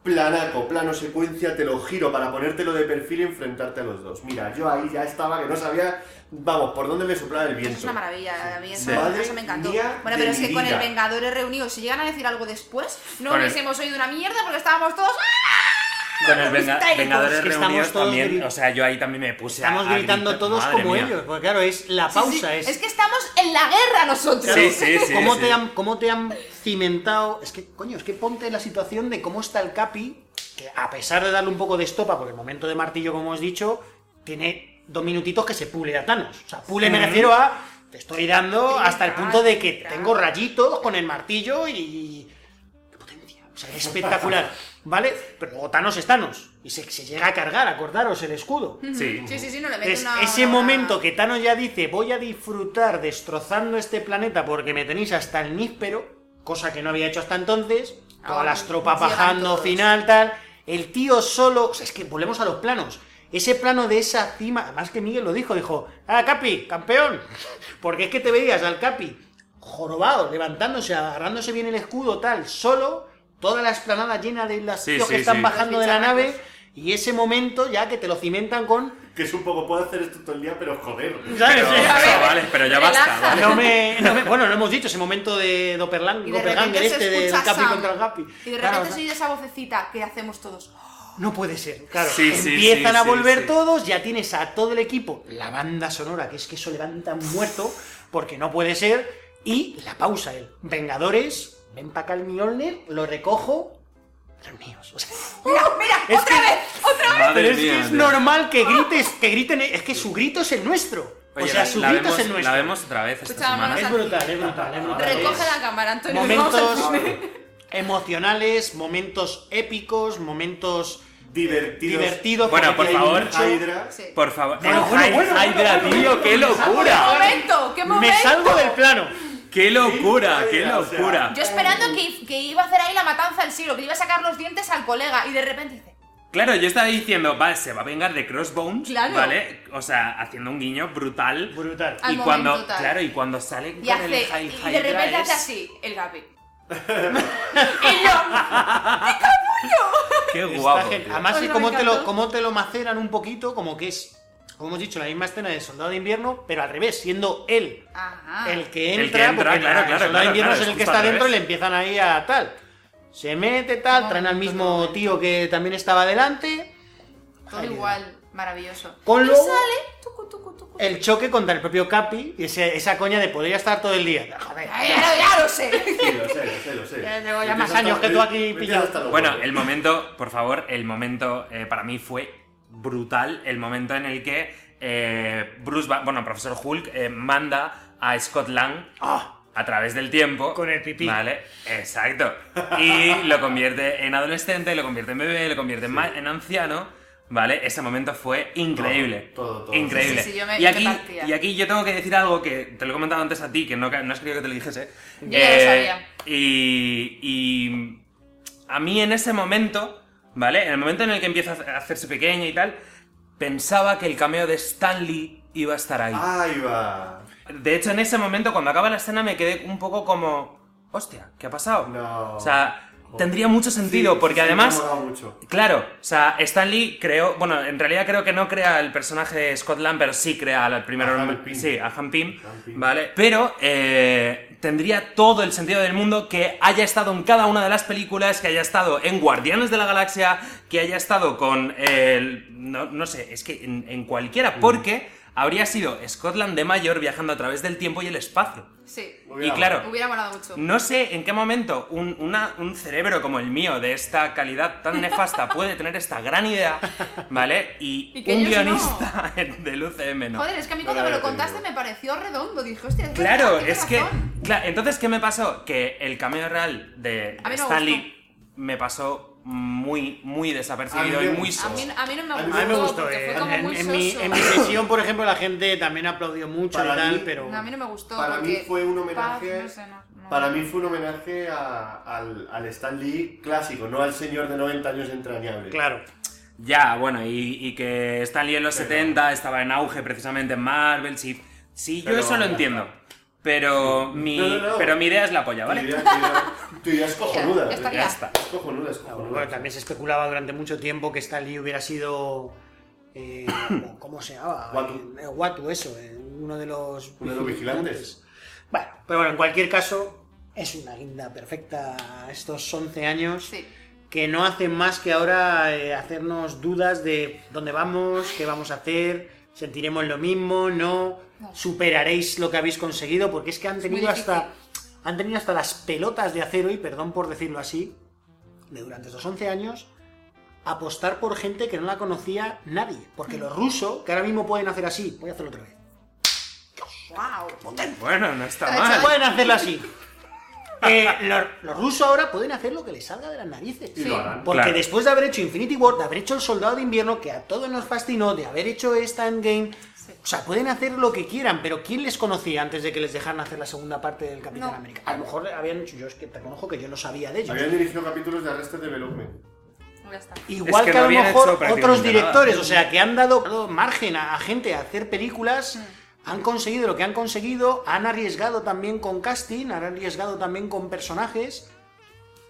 Planaco, plano secuencia, te lo giro para ponértelo de perfil y enfrentarte a los dos. Mira, yo ahí ya estaba que no sabía, vamos, por dónde me soplaba el Eso viento. es una maravilla, a mí eso, Sí. Madre eso me encantó. mía Bueno, de pero es mi que con el vida. Vengadores reunidos, si llegan a decir algo después, no Con el- hubiésemos oído una mierda porque estábamos todos. ¡ah! Con el Venga- Histéricos, Vengadores es que estamos Reunidos todos también, gri- o sea, yo ahí también me puse a- Estamos a gritando gritar. todos Madre como mía. ellos, porque claro, es la Sí, pausa, sí, es, que estamos en la guerra nosotros. Sí, sí, sí. cómo sí. te han cómo te han cimentado, es que coño, es que ponte la situación de cómo está el Capi, que a pesar de darle un poco de estopa por el momento de martillo como os he dicho, tiene dos minutitos que se pule a Thanos, o sea, pule me refiero a te estoy dando hasta el punto de que tengo rayitos con el martillo y ¡Qué potencia! O sea, es espectacular, ¿vale? Pero luego Thanos es Thanos y se, se llega a cargar, acordaros el escudo. Sí. sí, sí, sí, no le meto Es una. ese momento que Thanos ya dice, voy a disfrutar destrozando este planeta porque me tenéis hasta el níspero, cosa que no había hecho hasta entonces, todas Ahora las tropas llegan bajando, todos. final, tal, el tío solo, o sea, es que volvemos a los planos, ese plano de esa cima, además que Miguel lo dijo, dijo, ah, Capi, campeón, porque es que te veías al Capi jorobado, levantándose, agarrándose bien el escudo, tal, solo, toda la esplanada llena de las Sí, tíos que sí, están sí. bajando de la Los bicharracos. nave, y ese momento ya que te lo cimentan con. Que es un poco, puedo hacer esto todo el día, pero joder. ¿sabes? Pero, chavales, pero ya basta. relaja. ¿vale? No me, no me- bueno, lo hemos dicho, ese momento de Doperlang, Y de Doppelganger repente se este del escucha Capi Sam. contra el Capi. Y de repente Claro, ¡Oh! soy esa vocecita que hacemos todos. No puede ser, claro. Sí, sí, Empiezan sí, a sí, volver sí. todos, ya tienes a todo el equipo, la banda sonora, que es que eso levanta un muerto, porque no puede ser, y la pausa él. Vengadores, ven para acá el Mjolnir, lo recojo, los míos. O sea, ¡Mira, mira! Es ¡Otra que- vez! ¡Otra vez! Madre pero es que mía, es tío. normal que grites, que griten, es que su grito es el nuestro. o Oye, sea, la- su la, grito vemos, es el nuestro. la vemos otra vez esta Escucha, semana. vamos Es brutal, es brutal, es brutal. Recoge Es- la cámara, Antonio. momentos vamos al cine. emocionales, momentos épicos, momentos Divertidos. divertidos. Bueno, porque por hay favor. mucho- Hydra. Sí. Por favor. Bueno, Eh, bueno, Hy- bueno, bueno, Hydra, bueno, tío, qué ¡Qué locura. momento! ¡Qué momento! Me salgo del plano. Qué locura, qué o sea, locura. Yo esperando que, que iba a hacer ahí la matanza del siglo, que le iba a sacar los dientes al colega, y de repente dice. Claro, yo estaba diciendo, va, se va a vengar de Crossbones, Claro. ¿vale? O sea, haciendo un guiño brutal. Brutal. Al y cuando, momento tal. claro, y cuando sale Y, con hace, el Hy- y Hydra de repente hace es- así, el Gapi. y yo, Qué Está guapo. gen- tío. Además, Pues es me como te, lo, encantó. como te lo maceran un poquito, como que es, como hemos dicho, la misma escena de Soldado de Invierno, pero al revés, siendo él ajá. el que El que entra, entra, porque claro, el claro, Soldado de claro, Invierno claro, es el es que justo está al dentro y le revés. empiezan ahí a tal. Se mete, tal, traen al mismo tío que también estaba delante. Todo igual, maravilloso. Con y luego- sale, tucu, tucu, tucu. El choque contra el propio Capi, y ese- esa coña de podría estar todo el día. Joder, Ay, ya, lo- ya lo sé. Sí, lo sé, lo sé, lo sé. Ya llevo ya Me más tienes años hasta- que tú aquí me tienes pillado. hasta los Bueno, huevos. el momento, por favor, el momento eh, para mí fue brutal. El momento en el que eh, Bruce, Ba- bueno, profesor Hulk, eh, manda a Scott Lang Ah, a través del tiempo. Con el pipí. Vale, exacto. Y lo convierte en adolescente, lo convierte en bebé, lo convierte en, ma- en anciano. Vale, ese momento fue increíble. Todo, todo, todo. Increíble. Sí, sí, sí, yo me- y, me aquí, partía. y aquí yo tengo que decir algo que te lo he comentado antes a ti, que no, ca- no has querido que te lo dijese. Eh, Yo ya lo sabía. Y, y a mí en ese momento, ¿vale? En el momento en el que empieza a hacerse pequeña y tal, pensaba que el cameo de Stanley iba a estar ahí. Ahí va. De hecho, en ese momento, cuando acaba la escena, me quedé un poco como, hostia, ¿qué ha pasado? No. O sea, Joder. tendría mucho sentido, Sí, porque sí, me ha además... molado mucho. Claro, o sea, Stan Lee creó, bueno, en realidad creo que no crea el personaje de Scott Lang, pero sí crea al primero, A Han Pym. sí, a Han Pym, Han Pym. ¿vale? Pero eh, tendría todo el sentido del mundo que haya estado en cada una de las películas, que haya estado en Guardianes de la Galaxia, que haya estado con el, no, no sé, es que en, en Mm. cualquiera, porque habría sido Scott Lang de mayor viajando a través del tiempo y el espacio. Sí, Hubiera y claro, hubiera molado mucho. no sé en qué momento un, una- un cerebro como el mío, de esta calidad tan nefasta, puede tener esta gran idea, ¿vale? Y, Y que un ellos no. guionista del UCM no. Joder, es que a mí No cuando lo me lo había tenido. contaste me pareció redondo. Dije, hostia, es Claro, verdad, tiene es que. razón. cla- entonces, ¿qué me pasó? Que el cameo real de A mí no me Stanley me pasó muy, muy desapercibido A mí y me muy A soso. mí, a mí no me A mí gustó. A mí me gustó, porque eh. Fue como En, muy en mi, soso. en mi sesión, por ejemplo, la gente también aplaudió mucho Para y tal, mí- pero. No, a mí no me gustó. Para porque mí fue un Paz, homenaje. no sé, no, no. Para mí fue un homenaje a- al, al Stan Lee clásico, no al señor de 90 años entrañable. Claro. Ya, bueno, y, y que Stanley en los 70 estaba en auge precisamente en Marvel, sí. Sí, yo Pero- eso lo entiendo. Pero mi, No, no, no. pero mi idea es la polla, Tu ¿vale? idea- Tu idea, tu idea es cojonuda. Ya Ya idea. está. Es cojonuda, es cojonuda. Bueno, también se especulaba durante mucho tiempo que Stan Lee hubiera sido. eh, ¿Cómo se llamaba? Watu. Eh, Watu, eso, eh, uno de los. Uno de los vigilantes. Bueno, pero bueno, en cualquier caso, es una guinda perfecta a estos 11 años. Sí. que no hacen más que ahora eh, hacernos dudas de dónde vamos, qué vamos a hacer, sentiremos lo mismo, no, No. superaréis lo que habéis conseguido, porque es que han muy tenido hasta difícil. han tenido hasta las pelotas de acero y perdón por decirlo así, de durante estos 11 años apostar por gente que no la conocía nadie, porque los rusos que ahora mismo pueden hacer así, voy a hacerlo otra vez. ¡Wow! Bueno, no está Está mal. hecho Pueden hacerlo así. Eh, los, los rusos ahora pueden hacer lo que les salga de las narices. Y Sí. lo harán. Porque Claro. después de haber hecho Infinity War, de haber hecho El Soldado de Invierno, que a todos nos fascinó, de haber hecho esta Endgame, Sí. o sea, pueden hacer lo que quieran, pero ¿quién les conocía antes de que les dejaran hacer la segunda parte del Capitán No. América? A lo mejor habían hecho, yo es que te conozco que yo no sabía de ellos. Habían dirigido capítulos de Arrested Development. Ya está. Igual Es que, que a no lo habían hecho mejor otros prácticamente directores, nada. o sea, que han dado margen a, a gente a hacer películas, han conseguido lo que han conseguido, han arriesgado también con casting, han arriesgado también con personajes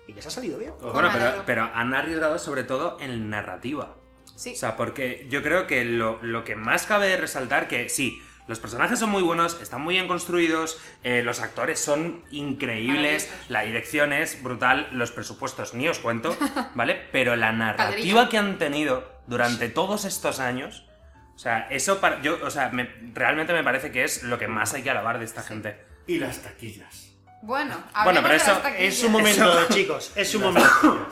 y les ha salido bien. Bueno, pero, Anarro. pero han arriesgado sobre todo en narrativa. Sí. O sea, porque yo creo que lo, lo que más cabe resaltar que sí, los personajes son muy buenos, están muy bien construidos, eh, los actores son increíbles, Maravillosos. la dirección es brutal, los presupuestos ni os cuento, ¿vale? Pero la narrativa Calderilla. que han tenido durante todos estos años, o sea, eso para, yo, o sea, me- realmente me parece que es lo que más hay que alabar de esta gente. Y las taquillas. Bueno, Bueno, hablemos pero de eso las taquillas. Es un momento, chicos, es un momento.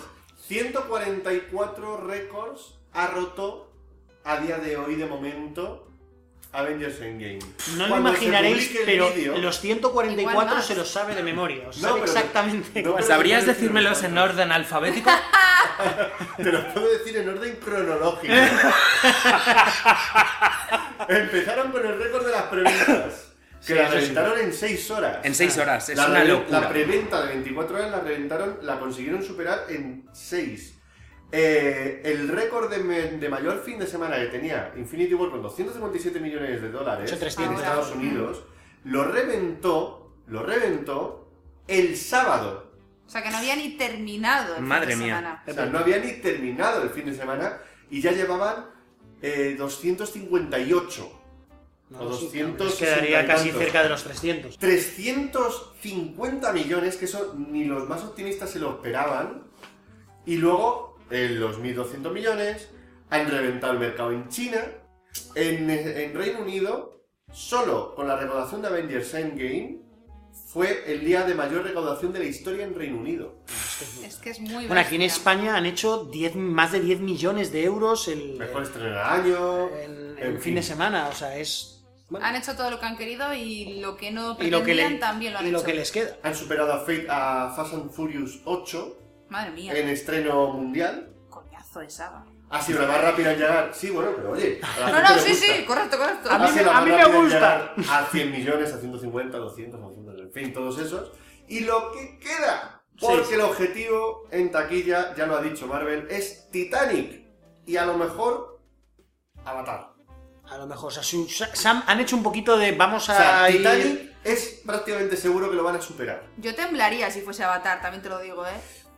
144 récords ha roto a día de hoy de momento Avengers Endgame. No lo Cuando se imaginaréis, publique el pero vídeo- los Igual 144 más. se los sabe de memoria. Os No, sabe pero- exactamente no, cuál. pero- ¿Sabrías decírmelos en orden alfabético? Te lo puedo decir en orden cronológico. Empezaron con el récord de las preventas. Que Sí, las eso sí. reventaron en 6 horas. En seis horas, es La una reven- locura. La preventa de 24 horas la reventaron, la consiguieron superar en 6. el récord de, me- de mayor fin de semana que tenía Infinity War con 257 millones de dólares Son 300. en Estados Ahora. Unidos lo reventó, lo reventó el sábado. O sea, que no había ni terminado. el fin Madre de mía. semana. O sea, no había ni terminado el fin de semana y ya llevaban eh, 258. No, o no, sí, 200 es que Quedaría y casi tantos. cerca de los 300. 350 millones, que eso ni los más optimistas se lo esperaban. Y luego eh, los 1.200 millones han reventado el mercado en China. En, en Reino Unido, solo con la recaudación de Avengers Endgame, fue el día de mayor recaudación de la historia en Reino Unido. Es que es muy Bueno, aquí en bestia. España han hecho 10, más de 10 millones de euros el, Mejor estreno del año. en, en en fin. fin. de semana. O sea, es. bueno, Han hecho todo lo que han querido y lo que no y lo que, pretendían le- también lo han y hecho. lo que les queda. Han superado a, Fate- a Fast and Furious 8 Madre mía, en estreno mundial. coñazo de Saba. Ha sido la más rápida en llegar. Sí, bueno, pero oye. a la No, gente no, le sí, gusta. sí, correcto, correcto. A mí Ha sido me- la a más mí me rápida en gusta. llegar A 100 millones, a 150, 200, 200, en fin, todos esos. Y lo que queda. Porque el objetivo en taquilla, ya lo ha dicho Marvel, es Titanic. Y a lo mejor. Avatar. A lo mejor, o sea, su- sa- Sam, han hecho un poquito de. Vamos O a. sea, ir- Titanic es prácticamente seguro que lo van a superar. Yo temblaría si fuese Avatar, también te lo digo, ¿eh?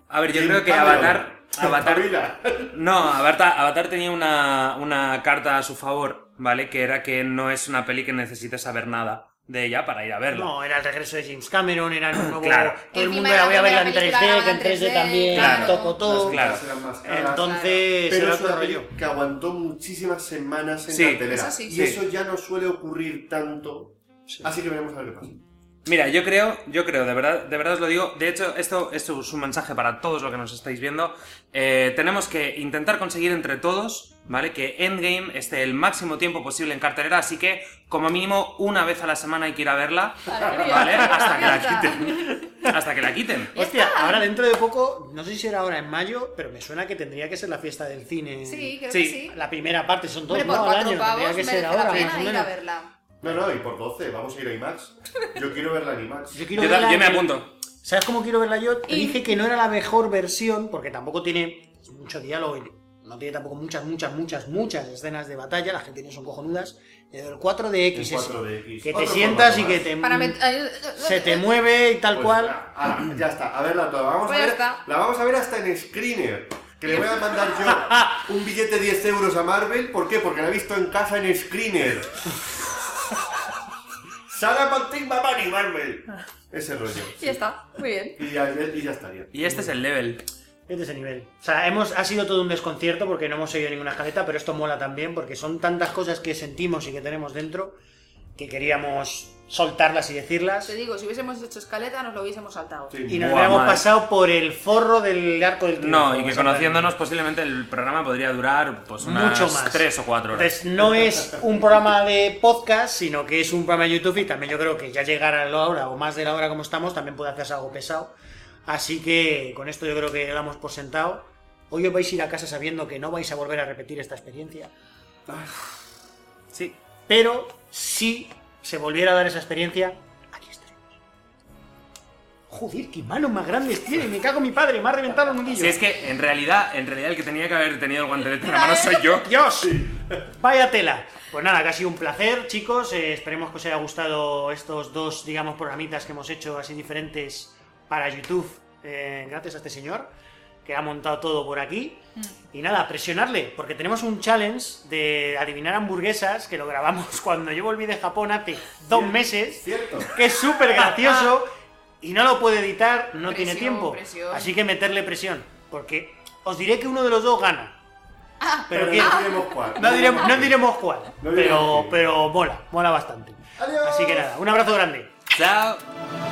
A ver, yo Jim creo que Cameron, Avatar... Avatar espabila. No, Avatar, Avatar tenía una, una carta a su favor, ¿vale? Que era que no es una peli que necesites saber nada de ella para ir a verla. No, era el regreso de James Cameron, era un nuevo. Claro. Todo el Encima mundo era la voy a la verla en primera 3D, que en película 3D grabada en también, 3D, toco todo. Las claro. claro. eran más caras. Entonces, Pero era es otro una rollo. peli que aguantó muchísimas semanas en Sí, cartelera. eso sí. Y Sí. eso ya no suele ocurrir tanto. Así que veremos a ver qué pasa. Mira, yo creo, yo creo, de verdad, de verdad os lo digo. De hecho, esto, esto es un mensaje para todos los que nos estáis viendo. Eh, tenemos que intentar conseguir entre todos, ¿vale? Que Endgame esté el máximo tiempo posible en cartelera, así que como mínimo una vez a la semana hay que ir a verla, ¿vale? Hasta que la quiten. Hasta que la quiten. Hostia, ahora dentro de poco, no sé si será ahora en mayo, pero me suena que tendría que ser la fiesta del cine. Sí, creo Sí. que sí. La primera parte son todos Hombre, por ¿no? al cuatro año, pavos tendría que merece ser la ahora. pena más o ir a menos. verla. No, no, y por 12, vamos a ir a IMAX. Yo quiero verla en IMAX. Yo Yo, quiero verla ta- yo me en- apunto. ¿Sabes cómo quiero verla yo? Te Y- dije que no era la mejor versión, porque tampoco tiene mucho diálogo y no tiene tampoco muchas, muchas, muchas, muchas escenas de batalla. Las que tiene son cojonudas. Pero el 4DX En es 4DX. que te Otro sientas y formato más. que te, Para met- eh, se te mueve y tal Pues, cual. ah, ah, ya está, a verla toda. Vamos Pues a ya ver, está. La vamos a ver hasta en screener. Que le voy a mandar yo un billete de 10 euros a Marvel. ¿Por qué? Porque la he visto en casa en screener. Sara Pantin Mamani Marvel. Ese rollo. Y eh, ya está, muy bien. Y ya, y ya estaría. Y este es el level. Es de ese nivel. O sea, hemos, ha sido todo un desconcierto porque no hemos seguido ninguna escaleta, pero esto mola también porque son tantas cosas que sentimos y que tenemos dentro que queríamos soltarlas y decirlas. Te digo, si hubiésemos hecho escaleta nos lo hubiésemos saltado. Sí. Y nos Buah, habíamos madre. pasado por el forro del arco del triunfo. No, y que exactamente. conociéndonos posiblemente el programa podría durar pues unas Mucho más. tres o cuatro horas. Entonces, no es un programa de podcast, sino que es un programa de YouTube y también yo creo que ya llegar a la hora o más de la hora como estamos también puede hacerse algo pesado. Así que con esto yo creo que lo damos por sentado. Hoy os vais a ir a casa sabiendo que no vais a volver a repetir esta experiencia. Sí. Pero si se volviera a dar esa experiencia, aquí estaremos. Joder, qué manos más grandes tiene. Me cago en mi padre, me ha reventado un nudillo. Si es que en realidad, en realidad el que tenía que haber tenido el guantelete en la Claro. mano soy yo. Dios. Vaya tela. Pues nada, que ha sido un placer, chicos. Eh, esperemos que os haya gustado estos dos, digamos, programitas que hemos hecho así diferentes para YouTube, eh, gracias a este señor que ha montado todo por aquí. Y nada, presionarle, porque tenemos un challenge de adivinar hamburguesas que lo grabamos cuando yo volví de Japón hace dos meses Cierto. que es súper gracioso y no lo puede editar, no tiene Presión, tiempo. presión. Así que meterle presión, porque os diré que uno de los dos gana. Ah. pero Pero ¿quién? no diremos cuál. No diremos, no diremos cuál, No diremos pero, quién. pero mola, mola bastante. Adiós. Así que nada, un abrazo grande. Chao. Adiós.